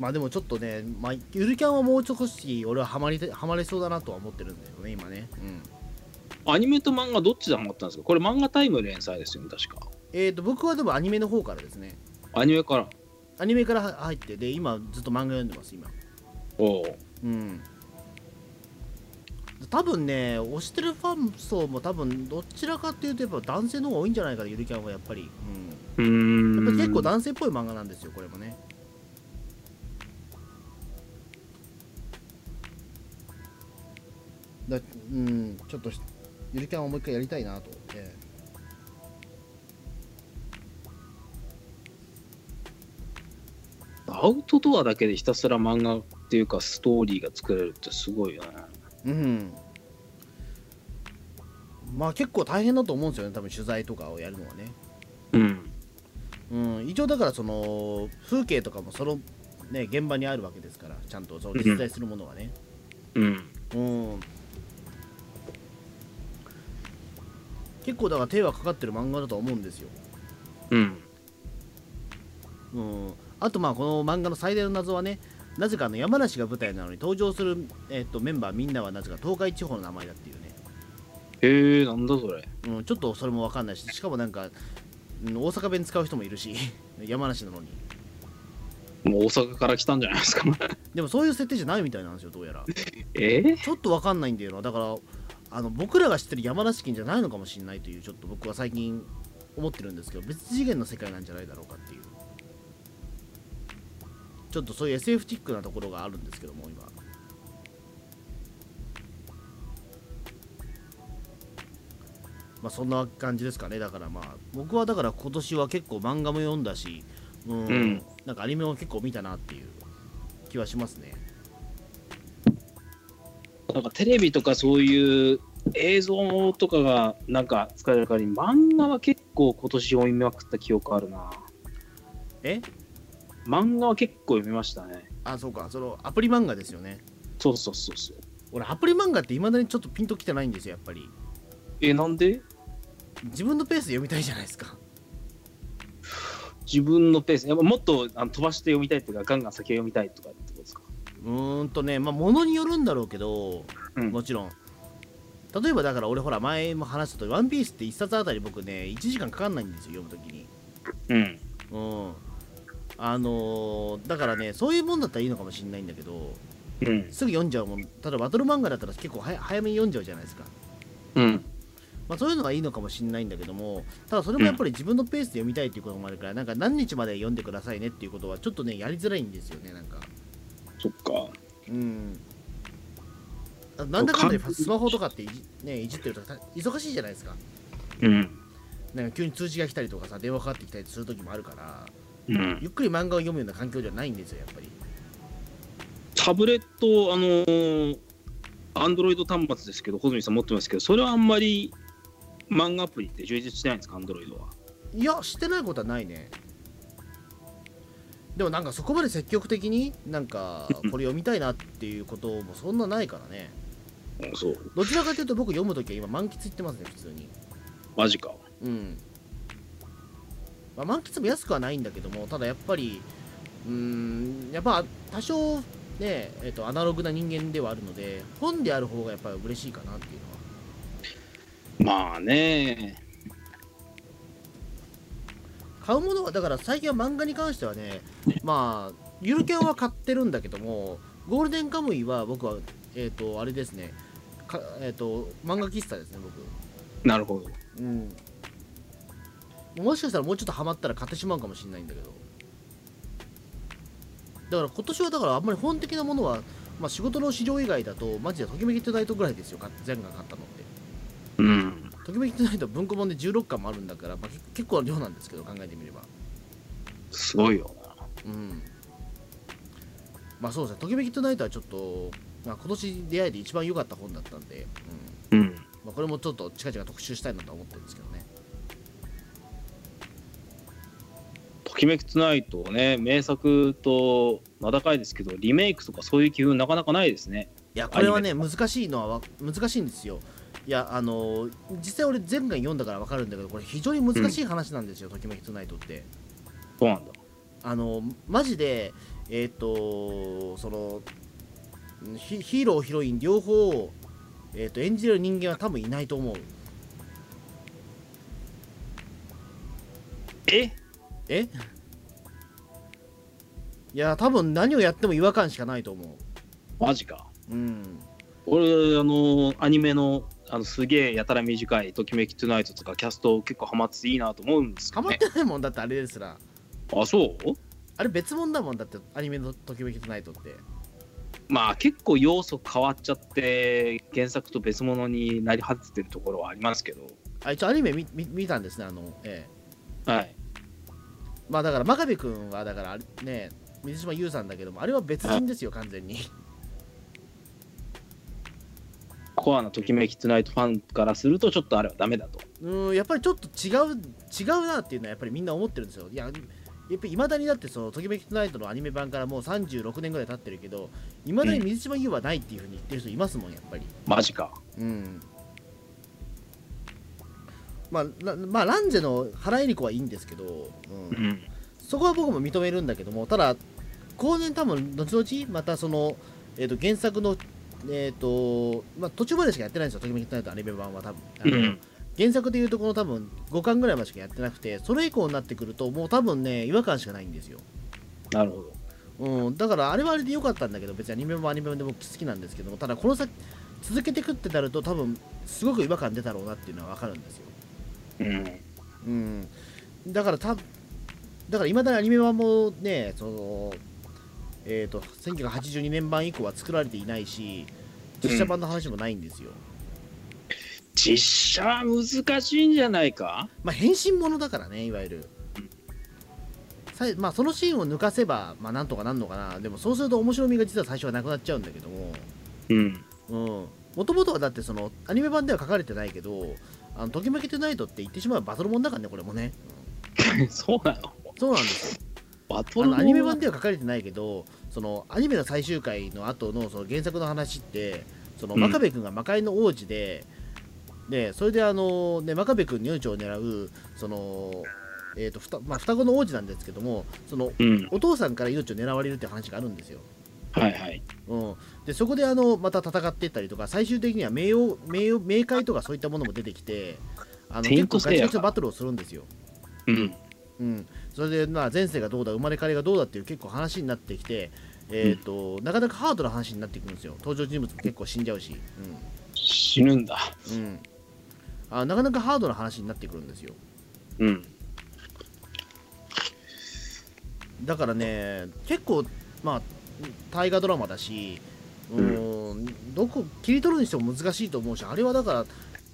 [SPEAKER 2] まあでもちょっとね、まあ、ゆるキャンはもうちょっし俺はハマりてハマれそうだなとは思ってるんだよね、今ね。うん、
[SPEAKER 3] アニメと漫画どっちだと思ったんですかこれ漫画タイム連載ですよね、確か。
[SPEAKER 2] えっ、と、僕はでもアニメの方からですね。
[SPEAKER 3] アニメから。
[SPEAKER 2] アニメからは入って、で、今ずっと漫画読んでます、今。
[SPEAKER 3] おう
[SPEAKER 2] うん。多分ね、推してるファン層も多分どちらかっていうとやっぱ男性の方が多いんじゃないかな、ゆるキャンはやっぱり。
[SPEAKER 3] う
[SPEAKER 2] うん。
[SPEAKER 3] ー
[SPEAKER 2] や
[SPEAKER 3] ん。
[SPEAKER 2] っぱり結構男性っぽい漫画なんですよ、これもね。だうん、ちょっとしゆるキャンをもう一回やりたいなと、ええ
[SPEAKER 3] アウトドアだけでひたすら漫画っていうかストーリーが作れるってすごいよね。
[SPEAKER 2] うん。まあ結構大変だと思うんですよね、多分取材とかをやるのはね。
[SPEAKER 3] うん。
[SPEAKER 2] うん、一応だからその風景とかもその、ね、現場にあるわけですから、ちゃんとその実在するものはね。
[SPEAKER 3] うん。
[SPEAKER 2] うん。結構だから手はかかってる漫画だとは思うんですよ。
[SPEAKER 3] うん。
[SPEAKER 2] うん。あとまあこの漫画の最大の謎はね、なぜかあの山梨が舞台なのに登場する、えっとメンバーみんなはなぜか東海地方の名前だっていうね。
[SPEAKER 3] へえ、なんだそれ。
[SPEAKER 2] うん、ちょっとそれも分かんないし、しかもなんか、うん大阪弁使う人もいるし、 山梨なのに。
[SPEAKER 3] もう大阪から来たんじゃないですか。
[SPEAKER 2] でもそういう設定じゃないみたいなんですよ、どうやら。
[SPEAKER 3] えー、
[SPEAKER 2] ちょっと分かんないんだよな、だから、あの僕らが知ってる山梨県じゃないのかもしれないという、ちょっと僕は最近思ってるんですけど、別次元の世界なんじゃないだろうかっていう。ちょっとそういう SF チックなところがあるんですけども、今。まあそんな感じですかね、だからまあ、僕はだから今年は結構漫画も読んだし、うん、
[SPEAKER 3] うん
[SPEAKER 2] なんかアニメも結構見たなっていう気はしますね。
[SPEAKER 3] なんかテレビとかそういう映像とかがなんか使える代わりに漫画は結構今年読みまくった記憶あるな。
[SPEAKER 2] え
[SPEAKER 3] 漫画は結構読みましたね。
[SPEAKER 2] あ、そうか、そのアプリ漫画ですよね。
[SPEAKER 3] そうそうそうそう。
[SPEAKER 2] 俺アプリ漫画っていまだにちょっとピンときてないんですよやっぱり
[SPEAKER 3] え、なんで
[SPEAKER 2] 自分のペースで読みたいじゃないですか
[SPEAKER 3] 自分のペース、やっぱもっとあの飛ばして読みたいっていうか、ガンガン先を読みたいとかってことですか。
[SPEAKER 2] うーんとねまあものによるんだろうけど
[SPEAKER 3] うん
[SPEAKER 2] もちろん例えばだから俺ほら前も話したとおりワンピースって1冊あたり僕ね1時間かかんないんですよ読むときに
[SPEAKER 3] うん。
[SPEAKER 2] うんあのーだからねそういうもんだったらいいのかもしれないんだけど
[SPEAKER 3] うん。
[SPEAKER 2] すぐ読んじゃうもん例えばバトル漫画だったら結構はや早めに読んじゃうじゃないですか、
[SPEAKER 3] うん。
[SPEAKER 2] まあ、そういうのはいいのかもしれないんだけどもただそれもやっぱり自分のペースで読みたいっていうこともあるから、なんか何日まで読んでくださいねっていうことはちょっとねやりづらいんですよねなんか
[SPEAKER 3] そっか。
[SPEAKER 2] うんあなんだかんだでスマホとかっていじ,、ね、いじってるとた忙しいじゃないですか
[SPEAKER 3] うん。
[SPEAKER 2] なんか急に通知が来たりとかさ電話かかってきたりする時もあるから
[SPEAKER 3] うん。
[SPEAKER 2] ゆっくり漫画を読むような環境じゃないんですよやっぱり
[SPEAKER 3] タブレット、あのー、アンドロイド端末ですけど、穂積さん持ってますけど、それはあんまり漫画アプリって充実してないんですか、アンドロイドは。
[SPEAKER 2] いやしてないことはないねでもなんかそこまで積極的になん かこれ読みたいなっていうこともそんなないからね
[SPEAKER 3] うんそう。
[SPEAKER 2] どちらかというと僕読む時は今満喫行ってますね普通に
[SPEAKER 3] マジか。
[SPEAKER 2] うん、まあ、満喫も安くはないんだけどもただやっぱりうーんやっぱ多少ねえっとアナログな人間ではあるので本である方がやっぱり嬉しいかなっていうのは
[SPEAKER 3] まあね。
[SPEAKER 2] 買うものはだから最近は漫画に関してはねまあゆるキャンは買ってるんだけどもゴールデンカムイは僕はえっ、とあれですねかえっ、と漫画喫茶ですね
[SPEAKER 3] なるほど。
[SPEAKER 2] 僕うんもしかしたらもうちょっとハマったら買ってしまうかもしれないんだけどだから今年はだからあんまり本的なものは、まあ、仕事の市場以外だとマジでときめきトゥナイトぐらいですよ買っ前回買ったのって
[SPEAKER 3] うん。
[SPEAKER 2] ときめきトゥナイト文庫本で16巻もあるんだから、まあ、け結構な量なんですけど考えてみれば
[SPEAKER 3] すごいよな。
[SPEAKER 2] うんまあそうですね、ときめきトゥナイトはちょっと、まあ、今年出会えて一番良かった本だったんで、うん
[SPEAKER 3] うん。
[SPEAKER 2] まあ、これもちょっと近々特集したいなとは思ってるんですけどね。
[SPEAKER 3] ときめきツナイトね、名作と名高いですけど、リメイクとかそういう気分なかなかないですね。
[SPEAKER 2] いや、これはね、難しいのはわ難しいんですよ。いや、あのー実際俺前回読んだから分かるんだけど、これ非常に難しい話なんですよ、ときめきトゥナイトって。
[SPEAKER 3] そうなんだ。
[SPEAKER 2] あのーマジで、えーっと、そのヒ、ヒーロー、ヒロイン両方を、えーっと演じれる人間は多分いないと思う。
[SPEAKER 3] え
[SPEAKER 2] え いや多分何をやっても違和感しかないと思
[SPEAKER 3] マジか。
[SPEAKER 2] ううん
[SPEAKER 3] 俺、あの、アニメの、あの、すげえやたら短いときめきトゥナイトとかキャスト結構ハマってていいなと思うんですけ
[SPEAKER 2] ハ
[SPEAKER 3] ど
[SPEAKER 2] マって
[SPEAKER 3] ね。
[SPEAKER 2] ないもんだってあれですら
[SPEAKER 3] あ、そう
[SPEAKER 2] あれ別物だもんだってアニメの「ときめきトナイト」って
[SPEAKER 3] まあ結構要素変わっちゃって、原作と別物になり果ててるところはありますけど。
[SPEAKER 2] あ一応アニメ見見見たんですねあのええ
[SPEAKER 3] はい。
[SPEAKER 2] まあだから真壁君はだからあれね水島優さんだけどもあれは別人ですよ完全に
[SPEAKER 3] コアなときめきトゥナイトファンからすると、ちょっとあれはダメだと。
[SPEAKER 2] うんやっぱりちょっと違う違うなっていうのはやっぱりみんな思ってるんですよいややっぱりいまだにだってその「ときめきトナイト」のアニメ版からもう36年ぐらい経ってるけどいまだに水島優はないっていうふうに言ってる人いますもんやっぱり
[SPEAKER 3] マジか。
[SPEAKER 2] うんまあ、ラまあ、ランジェの原恵理子はいいんですけど、うん
[SPEAKER 3] うん。
[SPEAKER 2] そこは僕も認めるんだけどもただ後年多分後々またその、えー、と原作のえっ、とまあ途中までしかやってないんですよ「ときめきトナイト」アニメ版は多分、あ
[SPEAKER 3] う
[SPEAKER 2] の
[SPEAKER 3] ん。
[SPEAKER 2] 原作でいうとこの多分5巻ぐらいまでしかやってなくてそれ以降になってくるともう多分ね違和感しかないんですよ
[SPEAKER 3] なるほど。
[SPEAKER 2] うん、だからあれはあれで良かったんだけど別にアニメもアニメで僕好きなんですけどもただこの先続けてくってなると多分すごく違和感出たろうなっていうのは分かるんですよ、
[SPEAKER 3] うん。
[SPEAKER 2] うん、だからただからいまだにアニメ版もねそのえっ、と1982年版以降は作られていないし実写版の話もないんですよ、
[SPEAKER 3] 実写は難しいんじゃないか
[SPEAKER 2] まあ変身ものだからねいわゆるさいまあそのシーンを抜かせばまあなんとかなんのかなでもそうすると面白みが実は最初はなくなっちゃうんだけども
[SPEAKER 3] うん
[SPEAKER 2] もともとはだってそのアニメ版では書かれてないけど「あのときめきトゥナイト」って言ってしまえばバトルもんだからねこれもね、
[SPEAKER 3] そうなの
[SPEAKER 2] うんそうなんですよ
[SPEAKER 3] バト
[SPEAKER 2] あ
[SPEAKER 3] ルも
[SPEAKER 2] の
[SPEAKER 3] の
[SPEAKER 2] アニメ版では書かれてないけどそのアニメの最終回の後のその原作の話ってその
[SPEAKER 3] うん
[SPEAKER 2] 真壁君が魔界の王子で、でそれであの、ね、真壁君の命を狙うその、えーとふたまあ、双子の王子なんですけどもその
[SPEAKER 3] うん
[SPEAKER 2] お父さんから命を狙われるっていう話があるんですよ
[SPEAKER 3] はいはい。
[SPEAKER 2] うん、でそこであのまた戦っていったりとか最終的には名誉名誉冥界とかそういったものも出てきてあの
[SPEAKER 3] セイ
[SPEAKER 2] 結
[SPEAKER 3] ント
[SPEAKER 2] 構
[SPEAKER 3] セ
[SPEAKER 2] ガ
[SPEAKER 3] イ
[SPEAKER 2] チ
[SPEAKER 3] ヤか
[SPEAKER 2] ガチのバトルをするんですよ、
[SPEAKER 3] うん。
[SPEAKER 2] うん、それでまあ前世がどうだ生まれ変わりがどうだっていう結構話になってきて、えーとなかなかハードな話になってくるんですよ登場人物も結構死んじゃうし、
[SPEAKER 3] 死ぬんだ。
[SPEAKER 2] うんうん、あなかなかハードな話になってくるんですよ
[SPEAKER 3] うん。
[SPEAKER 2] だからね結構まあ大河ドラマだしうーん、どこ切り取るにしても難しいと思うしあれはだから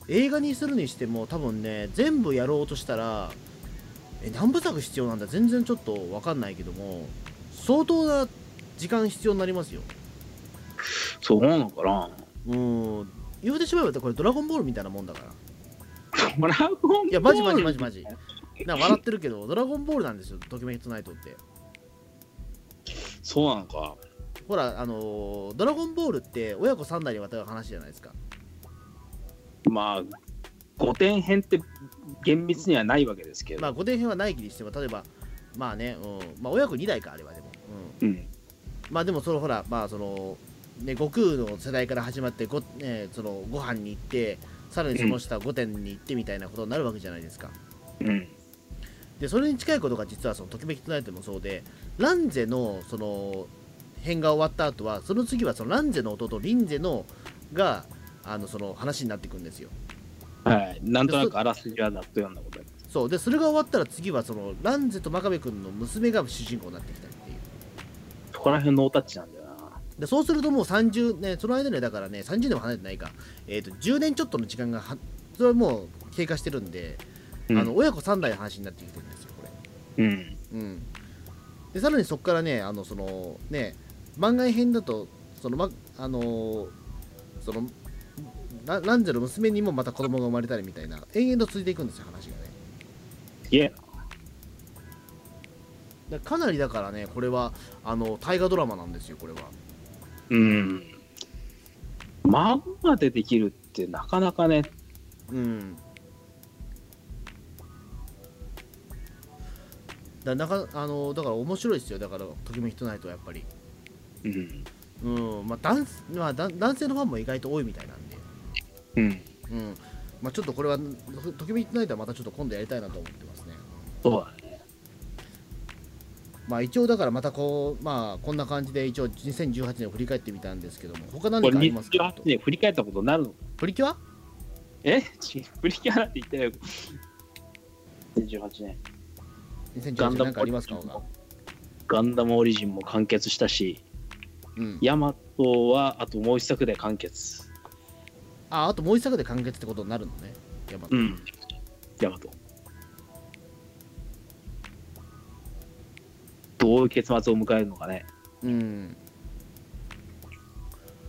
[SPEAKER 2] 映画にするにしても多分ね全部やろうとしたらえ何部作必要なんだ全然ちょっと分かんないけども相当な時間必要になりますよ
[SPEAKER 3] そうなのかな。
[SPEAKER 2] うーん言うてしまえばこれ「ドラゴンボール」みたいなもんだから
[SPEAKER 3] ドラゴンボール
[SPEAKER 2] いやマジマジマジマジなんか笑ってるけど「ドラゴンボール」なんですよ「ときめきトナイト」って
[SPEAKER 3] そうなのか。
[SPEAKER 2] ほらあのードラゴンボール」って親子3代にわたる話じゃないですか
[SPEAKER 3] まあ、五点編って厳密にはないわけですけど。
[SPEAKER 2] まあ、5点編はない気にしても、例えば、まあね、うんまあ、親子2代か、あれはでも。う
[SPEAKER 3] うん。
[SPEAKER 2] ん、まあ、でも、そのほら、まあ、その、ね、悟空の世代から始まってご、ね、そのご飯に行って、さらにその下、御殿に行ってみたいなことになるわけじゃないですか。
[SPEAKER 3] うん。
[SPEAKER 2] で、それに近いことが、実は、その、ときめきとなイトもそうで、ランゼの、その、編が終わった後は、その次は、その、ランゼの弟、リンゼの、が、あの、その、話になっていくんですよ。
[SPEAKER 3] はい。なんとなくあらすじはだったようなことや
[SPEAKER 2] そう、で、それが終わったら、次は、その、ランゼと真壁君の娘が主人公になってきたっていう。
[SPEAKER 3] そこら辺ノータッチなんだよな。
[SPEAKER 2] でそうするともう30ねその間にはだからね30年も離れてないか、えー、と10年ちょっとの時間がはそれはもう経過してるんで、
[SPEAKER 3] うん
[SPEAKER 2] あの親子3代の話になってきてるんですよこれ
[SPEAKER 3] うん。
[SPEAKER 2] うんでさらにそこからねあのそのね番外編だとそのまあのーそのラランゼの娘にもまた子供が生まれたりみたいな延々と続いていくんですよ話がね
[SPEAKER 3] すげえな。
[SPEAKER 2] だからかなりだからねこれはあの大河ドラマなんですよこれは
[SPEAKER 3] うん。漫画でできるってなかなかね、
[SPEAKER 2] うん。だなかあのだから面白いですよだからときめきとないとやっぱり、
[SPEAKER 3] うん。
[SPEAKER 2] うんまあ男まあ、だ男性のファンも意外と多いみたいなんで、
[SPEAKER 3] うん。
[SPEAKER 2] うんまあ、ちょっとこれはときめきとないとはまたちょっと今度やりたいなと思ってますね、
[SPEAKER 3] そうだね。
[SPEAKER 2] まあ、一応だからまたこう、まあ、こんな感じで一応2018年を振り返ってみたんですけども他何
[SPEAKER 3] これ
[SPEAKER 2] かありますか
[SPEAKER 3] 28年振り返ったことになるの
[SPEAKER 2] プリキュア
[SPEAKER 3] えち振り返らって言ったよ。28年。
[SPEAKER 2] 2018年何かありますか
[SPEAKER 3] ガンダム
[SPEAKER 2] 他
[SPEAKER 3] ガンダムオリジンも完結したし、
[SPEAKER 2] うん、
[SPEAKER 3] ヤマトはあともう一作で完結。
[SPEAKER 2] ああともう一作で完結ってことになるのねやば
[SPEAKER 3] うん。ヤマト。どういう結末を迎えるのかね。
[SPEAKER 2] うん。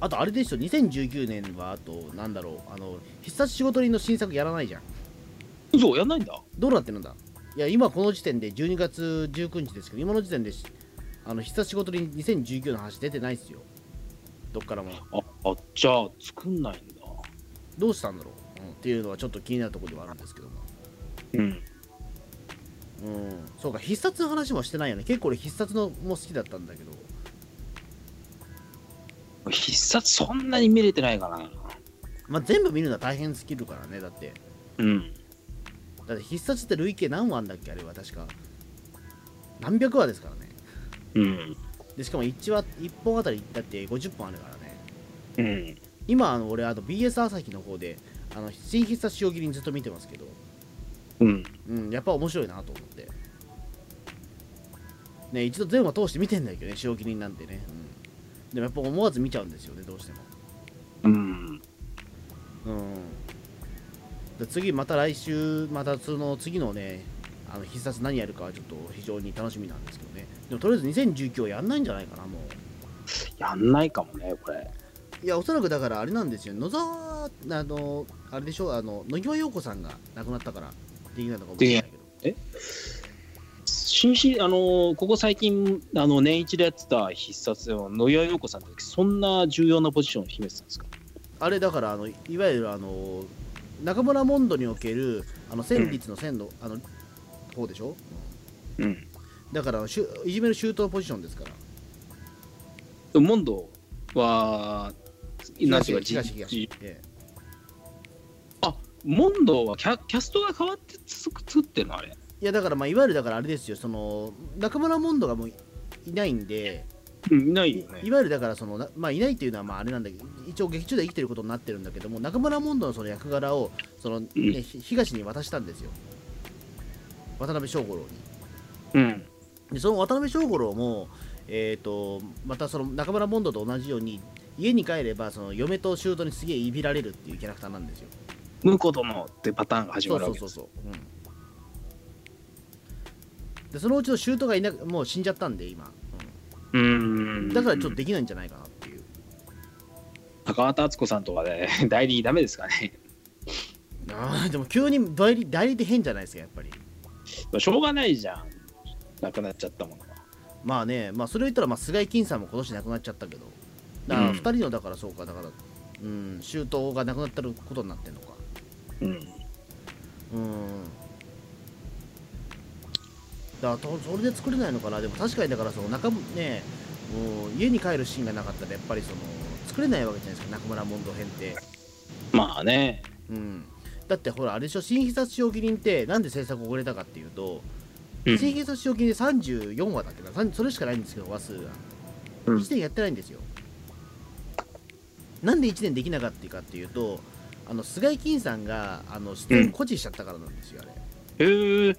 [SPEAKER 2] あとあれでしょ、2019年はあと、なんだろう、あの、必殺仕事人の新作やらないじゃん。
[SPEAKER 3] 嘘やんないんだ。
[SPEAKER 2] どうなってるんだいや、今この時点で12月19日ですけど、今の時点でし、あの、必殺仕事人2019の話出てないっすよ。どっからも。
[SPEAKER 3] あ、あじゃあ作んないんだ。
[SPEAKER 2] どうしたんだろう、うんっていうのはちょっと気になるところではあるんですけども。
[SPEAKER 3] うん。
[SPEAKER 2] うん。そうか、必殺の話もしてないよね。結構俺必殺のも好きだったんだけど。
[SPEAKER 3] 必殺そんなに見れてないかな。
[SPEAKER 2] まあ、全部見るのは大変すぎるからね、だって。
[SPEAKER 3] うん。
[SPEAKER 2] だって必殺って累計何話あんだっけあれは確か何百話ですからね
[SPEAKER 3] うん。
[SPEAKER 2] でしかも 1, 話1本あたりだって50本あるからね
[SPEAKER 3] うん。
[SPEAKER 2] 今あの俺あの BS 朝日の方であの新必殺塩切りにずっと見てますけど、
[SPEAKER 3] うん。
[SPEAKER 2] うん、やっぱ面白いなと思ってね一度全話通して見てんだけどね塩切りなんてね、うん、でもやっぱ思わず見ちゃうんですよねどうしても
[SPEAKER 3] うん。
[SPEAKER 2] うん、で次また来週またその次のねあの必殺何やるかはちょっと非常に楽しみなんですけどねでもとりあえず2019はやんないんじゃないかなもう
[SPEAKER 3] やんないかもね、これ。
[SPEAKER 2] いやおそらくだからあれなんですよ野沢あのあれでしょあの野際陽子さんが亡くなったからできないのかもしれないけど
[SPEAKER 3] 新シリあのーここ最近あの年一でやってた必殺の野岩陽子さんってそんな重要なポジションを秘めてたんですか
[SPEAKER 2] あれだからあのいわゆるあの中村モンドにおけるあの戦律の線の、あの方でしょ
[SPEAKER 3] うん
[SPEAKER 2] だからしゅいじめる周到ポジションですから
[SPEAKER 3] でもモンドは、なしは
[SPEAKER 2] 東東
[SPEAKER 3] じ
[SPEAKER 2] ええ
[SPEAKER 3] あモンドはキャキャストが変わってつく作ってるのあれ。
[SPEAKER 2] いやだからまあいわゆるだからあれですよその中村モンドがもういいないんで
[SPEAKER 3] うん、いない
[SPEAKER 2] い
[SPEAKER 3] よ
[SPEAKER 2] い
[SPEAKER 3] ね。
[SPEAKER 2] わゆるだからそのなまあいないっていうのはまああれなんだけど一応劇中では生きてることになってるんだけども中村モンドのその役柄をその、ね
[SPEAKER 3] うん
[SPEAKER 2] ひ東に渡したんですよ渡辺正五郎に
[SPEAKER 3] うん。
[SPEAKER 2] でその渡辺正五郎も、えー、とまたその中村ボンドと同じように家に帰ればその嫁と舅にすげえいびられるっていうキャラクターなんですよ。
[SPEAKER 3] 婿殿ってパターンが始
[SPEAKER 2] そ
[SPEAKER 3] ま
[SPEAKER 2] う
[SPEAKER 3] る
[SPEAKER 2] そ
[SPEAKER 3] わ
[SPEAKER 2] うそ
[SPEAKER 3] け
[SPEAKER 2] う
[SPEAKER 3] です。
[SPEAKER 2] そう。うん、でそのうちの舅がいなくもう死んじゃったんで今、
[SPEAKER 3] う
[SPEAKER 2] うん
[SPEAKER 3] ん。
[SPEAKER 2] だからちょっとできないんじゃないかなっていう。
[SPEAKER 3] 高畑敦子さんとかで 代理ダメですかね。
[SPEAKER 2] あーでも急に代理代理って変じゃないですかやっぱり。
[SPEAKER 3] しょうがないじゃん。なくなっちゃったものは。
[SPEAKER 2] まあね、まあ、それを言ったらまあ菅井金さんも今年亡くなっちゃったけどだから
[SPEAKER 3] う
[SPEAKER 2] 2
[SPEAKER 3] ん
[SPEAKER 2] 人のだからそうかだから、うん、舅が亡くなったことになってるのか。
[SPEAKER 3] うん。
[SPEAKER 2] うんだからとそれで作れないのかなでも確かにだからその中ねもう家に帰るシーンがなかったらやっぱりその作れないわけじゃないですか中村モンド編って、
[SPEAKER 3] まあね。
[SPEAKER 2] うん、だってほらあれでしょ新必殺仕置人ってなんで制作遅れたかっていうと、
[SPEAKER 3] うん
[SPEAKER 2] 新必殺仕置人で34話だっけなさんそれしかないんですけど話数が
[SPEAKER 3] うん
[SPEAKER 2] 1年やってないんですよ、なんで1年できなかったかっていうとあの菅井金さんがあの出演固辞しちゃったからなんですよあれ
[SPEAKER 3] へえ、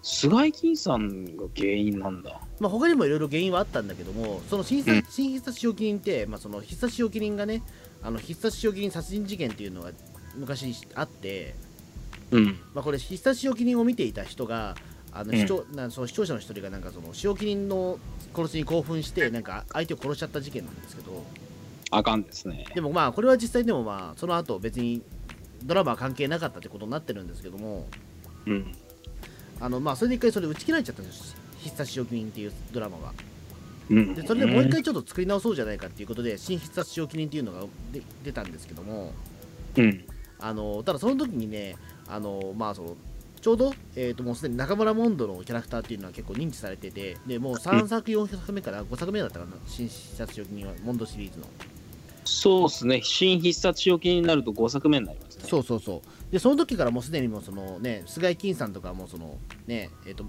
[SPEAKER 3] 菅井金さんが原因なんだ。
[SPEAKER 2] まあ、他にもいろいろ原因はあったんだけども、その新
[SPEAKER 3] う
[SPEAKER 2] 殺
[SPEAKER 3] ん
[SPEAKER 2] 新必殺仕置人って、まあ、その必殺仕置人がね、あの必殺仕置人殺人事件っていうのが昔あって、
[SPEAKER 3] うん。
[SPEAKER 2] まあ、これ、必殺仕置人を見ていた人が、あの
[SPEAKER 3] うん
[SPEAKER 2] 視聴なその視聴者の一人がなんかその仕置人の殺しに興奮して、なんか相手を殺しちゃった事件なんですけど、
[SPEAKER 3] あかんですね。
[SPEAKER 2] でもまあ、これは実際でもまあ、その後別にドラマは関係なかったってことになってるんですけども、
[SPEAKER 3] うん。
[SPEAKER 2] あのまあ、それで一回それ打ち切られちゃったんですよ、必殺仕置人っていうドラマが。
[SPEAKER 3] うん、
[SPEAKER 2] でそれでもう一回ちょっと作り直そうじゃないかっていうことで新必殺仕置人っていうのがで出たんですけども
[SPEAKER 3] うん。
[SPEAKER 2] あのただその時にねあのまあそのちょうど、えー、ともうすでに中村モンドのキャラクターっていうのは結構認知されててでもう3作4作目から5作目だったかな新必殺仕置人はモンドシリーズの
[SPEAKER 3] そうですね。新必殺仕置きになると5作目になりますね。
[SPEAKER 2] そうそうそうでその時からもうすでにもうそのね菅井金さんとかもうそのねえっ、と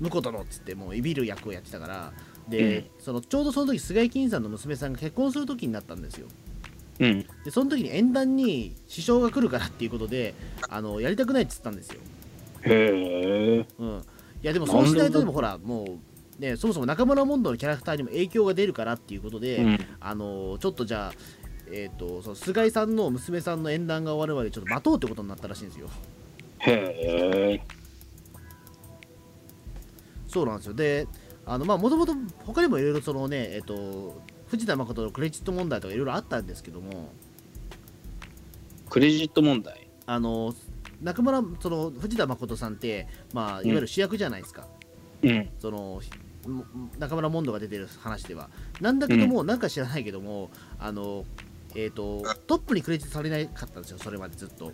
[SPEAKER 2] 婿殿っつってもういびる役をやってたからで、
[SPEAKER 3] うん
[SPEAKER 2] そのちょうどその時菅井金さんの娘さんが結婚する時になったんですよ
[SPEAKER 3] うん。
[SPEAKER 2] でその時に縁談に支障が来るからっていうことであのやりたくないって言ったんですよ、
[SPEAKER 3] へえ。
[SPEAKER 2] うん、いやでもそうしないとでもほらもう、ね、そもそも中村モンドのキャラクターにも影響が出るからっていうことで、
[SPEAKER 3] うん。
[SPEAKER 2] あのちょっとじゃあ、えー、とその菅井さんの娘さんの縁談が終わるまでちょっと待とうってことになったらしいんですよ
[SPEAKER 3] へえ。
[SPEAKER 2] そうなんですよであのまあもともと他にもいろいろそのねえっ、と藤田誠のクレジット問題とかいろいろあったんですけども
[SPEAKER 3] クレジット問題。
[SPEAKER 2] あの中村その藤田誠さんって、まあ、いわゆる主役じゃないですか、
[SPEAKER 3] うん。
[SPEAKER 2] そのひも中村モンドが出てる話ではなんだけども、なんか知らないけどもあのえっ、とトップにクレジットされなかったんですよそれまでずっと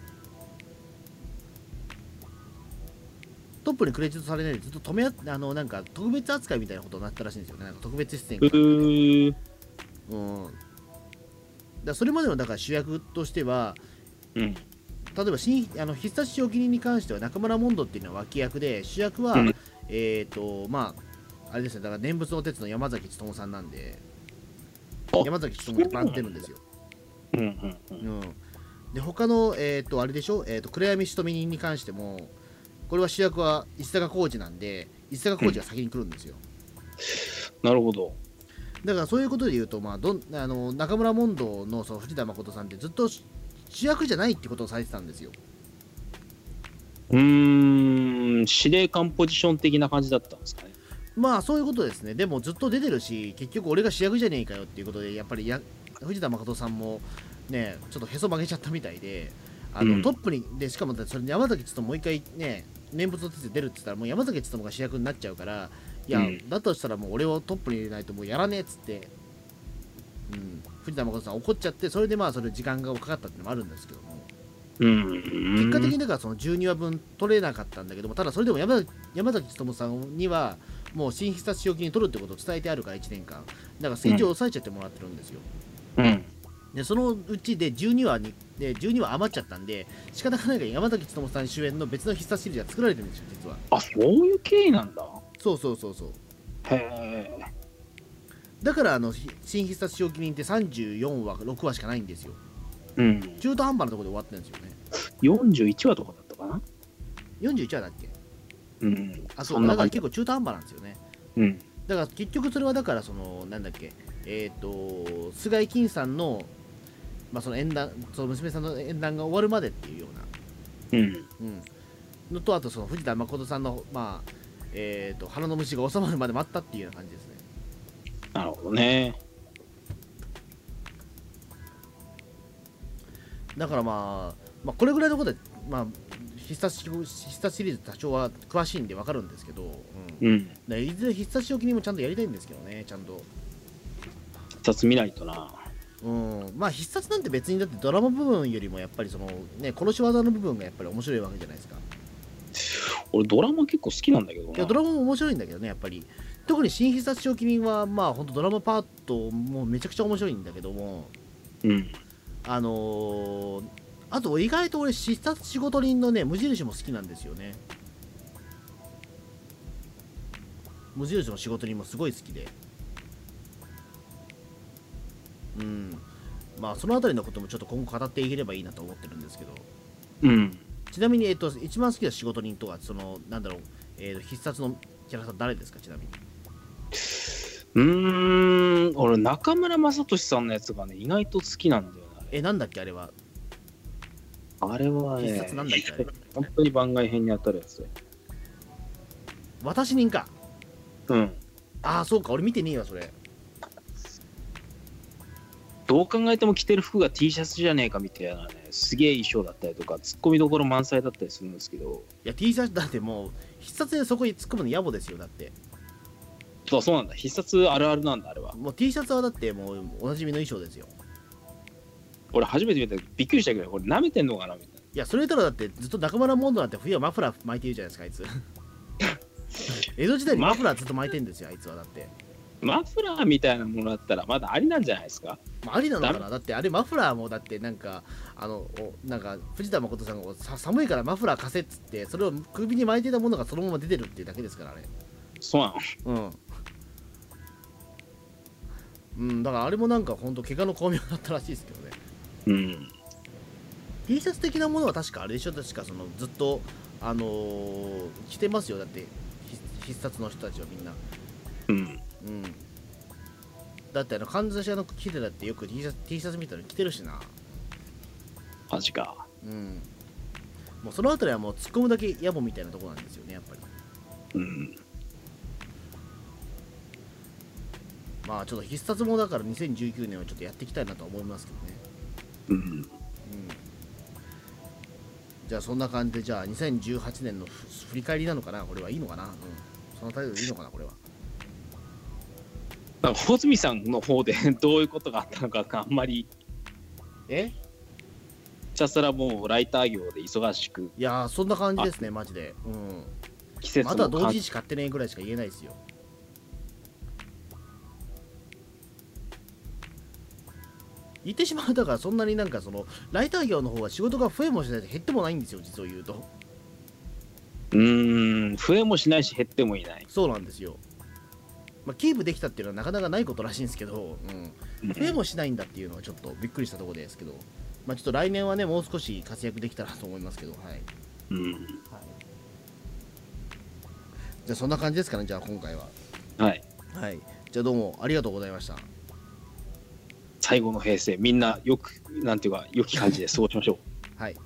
[SPEAKER 2] トップにクレジットされないでずっと止めああのなんか特別扱いみたいなことになったらしいんですよねなんか特別出演
[SPEAKER 3] う
[SPEAKER 2] が
[SPEAKER 3] ー。
[SPEAKER 2] うんだからそれまでのだから主役としては
[SPEAKER 3] うん。
[SPEAKER 2] 例えば新あの必殺仕置人に関しては中村モンドっていうのは脇役で主役は、
[SPEAKER 3] うん
[SPEAKER 2] えっ、とまああれですねだから念仏の鉄の山崎努さんなんで
[SPEAKER 3] あ
[SPEAKER 2] 山崎努ってバンってるんですよ、
[SPEAKER 3] うん。うん。う。
[SPEAKER 2] うんん、で他のえっ、とあれでしょ、えー、と暗闇仕留め人に関してもこれは主役は石坂浩二なんで石坂浩二が先に来るんですよ、
[SPEAKER 3] なるほど。
[SPEAKER 2] だからそういうことで言うと、まあ、どんあの中村モンドのその藤田誠さんってずっと主主役じゃないってことをされてたんですよ
[SPEAKER 3] うーん。司令官ポジション的な感じだったんですかね。
[SPEAKER 2] まあそういうことですね、でもずっと出てるし、結局俺が主役じゃねえかよっていうことで、やっぱりや藤田誠さんもね、ちょっとへそ曲げちゃったみたいで、あの
[SPEAKER 3] うん
[SPEAKER 2] トップに、でしかもそれ山崎努もう一回ね、念仏をついて出るって言ったら、もう山崎努が主役になっちゃうから、いや、
[SPEAKER 3] うん
[SPEAKER 2] だとしたらもう俺をトップに入れないともうやらねえっつって、うん、藤田誠さん怒っちゃって、それでまあそれ時間がかかったっていうのもあるんですけども、
[SPEAKER 3] うん。
[SPEAKER 2] 結果的にだからその12話分取れなかったんだけどもただそれでも山山崎努さんにはもう新必殺仕置きに取るってことを伝えてあるから1年間だから成長を抑えちゃってもらってるんですよ、
[SPEAKER 3] うん。
[SPEAKER 2] でそのうちで12話にで12話余っちゃったんで仕方がないから山崎努さん主演の別の必殺シリーズが作られてるんですよ実は
[SPEAKER 3] あ、そういう経緯なんだ。
[SPEAKER 2] そうそうそうそう
[SPEAKER 3] へえ。
[SPEAKER 2] だからあのひ新必殺仕置き人って34話6話しかないんですよ
[SPEAKER 3] うん。
[SPEAKER 2] 中途半端なところで終わってるんですよね
[SPEAKER 3] 41話とかだったかな。
[SPEAKER 2] 41話だっけ
[SPEAKER 3] うん。
[SPEAKER 2] あそ
[SPEAKER 3] そうう
[SPEAKER 2] だ
[SPEAKER 3] な
[SPEAKER 2] から
[SPEAKER 3] 感じ。
[SPEAKER 2] 結構中途半端なんですよね
[SPEAKER 3] うん。
[SPEAKER 2] だから結局それはだからそのなんだっけえっ、と菅井金さんの,、まあその縁談その娘さんの縁談が終わるまでっていうような、
[SPEAKER 3] う
[SPEAKER 2] う
[SPEAKER 3] ん。
[SPEAKER 2] ん、のとあとその藤田誠さんのまあえっ、と腹の虫が収まるまで待ったっていうような感じですね
[SPEAKER 3] なるほどね。
[SPEAKER 2] だからまあ、まあ、これぐらいのことでまあ必殺し必殺シリーズ多少は詳しいんでわかるんですけど、うん
[SPEAKER 3] うん。
[SPEAKER 2] でいずれ必殺仕置きにもちゃんとやりたいんですけどねちゃんと
[SPEAKER 3] 二つ見ないとな。
[SPEAKER 2] うん、まあ必殺なんて別にだってドラマ部分よりもやっぱりそのね殺し技の部分がやっぱり面白いわけじゃないですか
[SPEAKER 3] 俺ドラマ結構好きなんだけど
[SPEAKER 2] いや
[SPEAKER 3] な
[SPEAKER 2] ド。ラマも面白いんだけどねやっぱり特に新必殺賞金はまあ本当ドラマパートもめちゃくちゃ面白いんだけども
[SPEAKER 3] うん。
[SPEAKER 2] あのーあと意外と俺必殺仕事人のね無印も好きなんですよね無印の仕事人もすごい好きでうんまあその辺りのこともちょっと今後語っていければいいなと思ってるんですけど
[SPEAKER 3] うん。
[SPEAKER 2] ちなみに、えっと、一番好きな仕事人とかそのなんだろう、えー必殺のキャラさん誰ですかちなみに
[SPEAKER 3] うーん。俺中村雅俊さんのやつがね意外と好きなんだよな。
[SPEAKER 2] えなんだっけあれは
[SPEAKER 3] あれはね。
[SPEAKER 2] 必殺なんだっけあれ
[SPEAKER 3] 本当に番外編に当たるやつだよ。
[SPEAKER 2] 私人か
[SPEAKER 3] うん。
[SPEAKER 2] ああそうか俺見てねえわそれ
[SPEAKER 3] どう考えても着てる服が T シャツじゃねえかみたいなね、すげえ衣装だったりとか、ツッコミどころ満載だったりするんですけど、
[SPEAKER 2] いや T シャツだってもう必殺でそこに突っ込むの野暮ですよだって
[SPEAKER 3] そうそうなんだ、必殺あるあるなんだ、あれは。
[SPEAKER 2] もう T シャツはだってもうおなじみの衣装ですよ
[SPEAKER 3] 俺、初めて見た時びっくりしたけど、これ、舐めてんのかなみたい
[SPEAKER 2] いやそれ言ったらだってずっと中村モンドなんて冬はマフラー巻いてるじゃないですかあいつ江戸時代にマフラーずっと巻いてんですよあいつはだって、
[SPEAKER 3] な。マフラーみたいなものだったら、まだありなんじゃないですか。
[SPEAKER 2] まあ、ありなのかなだってあれマフラーもだってなんかあのおなんか藤田誠さんがさ寒いからマフラー貸せっつってそれを首に巻いてたものがそのまま出てるっていうだけですからね
[SPEAKER 3] そうなの。
[SPEAKER 2] うんうん、だからあれもなんかほんと怪我の巧妙だったらしいですけどね
[SPEAKER 3] うん。
[SPEAKER 2] T シャツ的なものは確かあれでしょ確かそのずっとあのー着てますよだってひ必殺の人たちはみんな
[SPEAKER 3] うん。
[SPEAKER 2] うんだってあの関西社の着てたってよく T シャツ T シャツみたいなの着てるしな
[SPEAKER 3] マジか。
[SPEAKER 2] うんもうその辺りはもう突っ込むだけ野暮みたいなとこなんですよねやっぱり
[SPEAKER 3] うん。
[SPEAKER 2] まあちょっと必殺もだから2019年はちょっとやっていきたいなとは思いますけどね
[SPEAKER 3] うん。
[SPEAKER 2] うんじゃあそんな感じでじゃあ2018年のふ振り返りなのかなこれはいいのかな、うん、その態度でいいのかなこれは
[SPEAKER 3] なんか、穂積さんの方で どういうことがあったのか、あんまり、
[SPEAKER 2] え
[SPEAKER 3] ひたすらもうライター業で忙しく、
[SPEAKER 2] いやーそんな感じですねマジで、
[SPEAKER 3] 季
[SPEAKER 2] うん、
[SPEAKER 3] 節
[SPEAKER 2] まだ
[SPEAKER 3] の
[SPEAKER 2] 同
[SPEAKER 3] 感
[SPEAKER 2] 時しか買ってねえぐらいしか言えないですよ言ってしまうだからそんなになんかそのライター業の方は仕事が増えもしないで減ってもないんですよ実を言うと
[SPEAKER 3] うーん、増えもしないし、減ってもいない。
[SPEAKER 2] そうなんですよ、まあ、キープできたっていうのはなかなかないことらしいんですけど、うん、プレーもしないんだっていうのはちょっとびっくりしたところですけど、まあ、ちょっと来年はね、もう少し活躍できたらと思いますけど、はい。
[SPEAKER 3] うん。
[SPEAKER 2] じゃあ、そんな感じですかね、じゃあ今回は。
[SPEAKER 3] はい。
[SPEAKER 2] はい。じゃあ、どうもありがとうございました。
[SPEAKER 3] 最後の平成みんなよくなんていうか良き感じで過ごしましょう。
[SPEAKER 2] はい。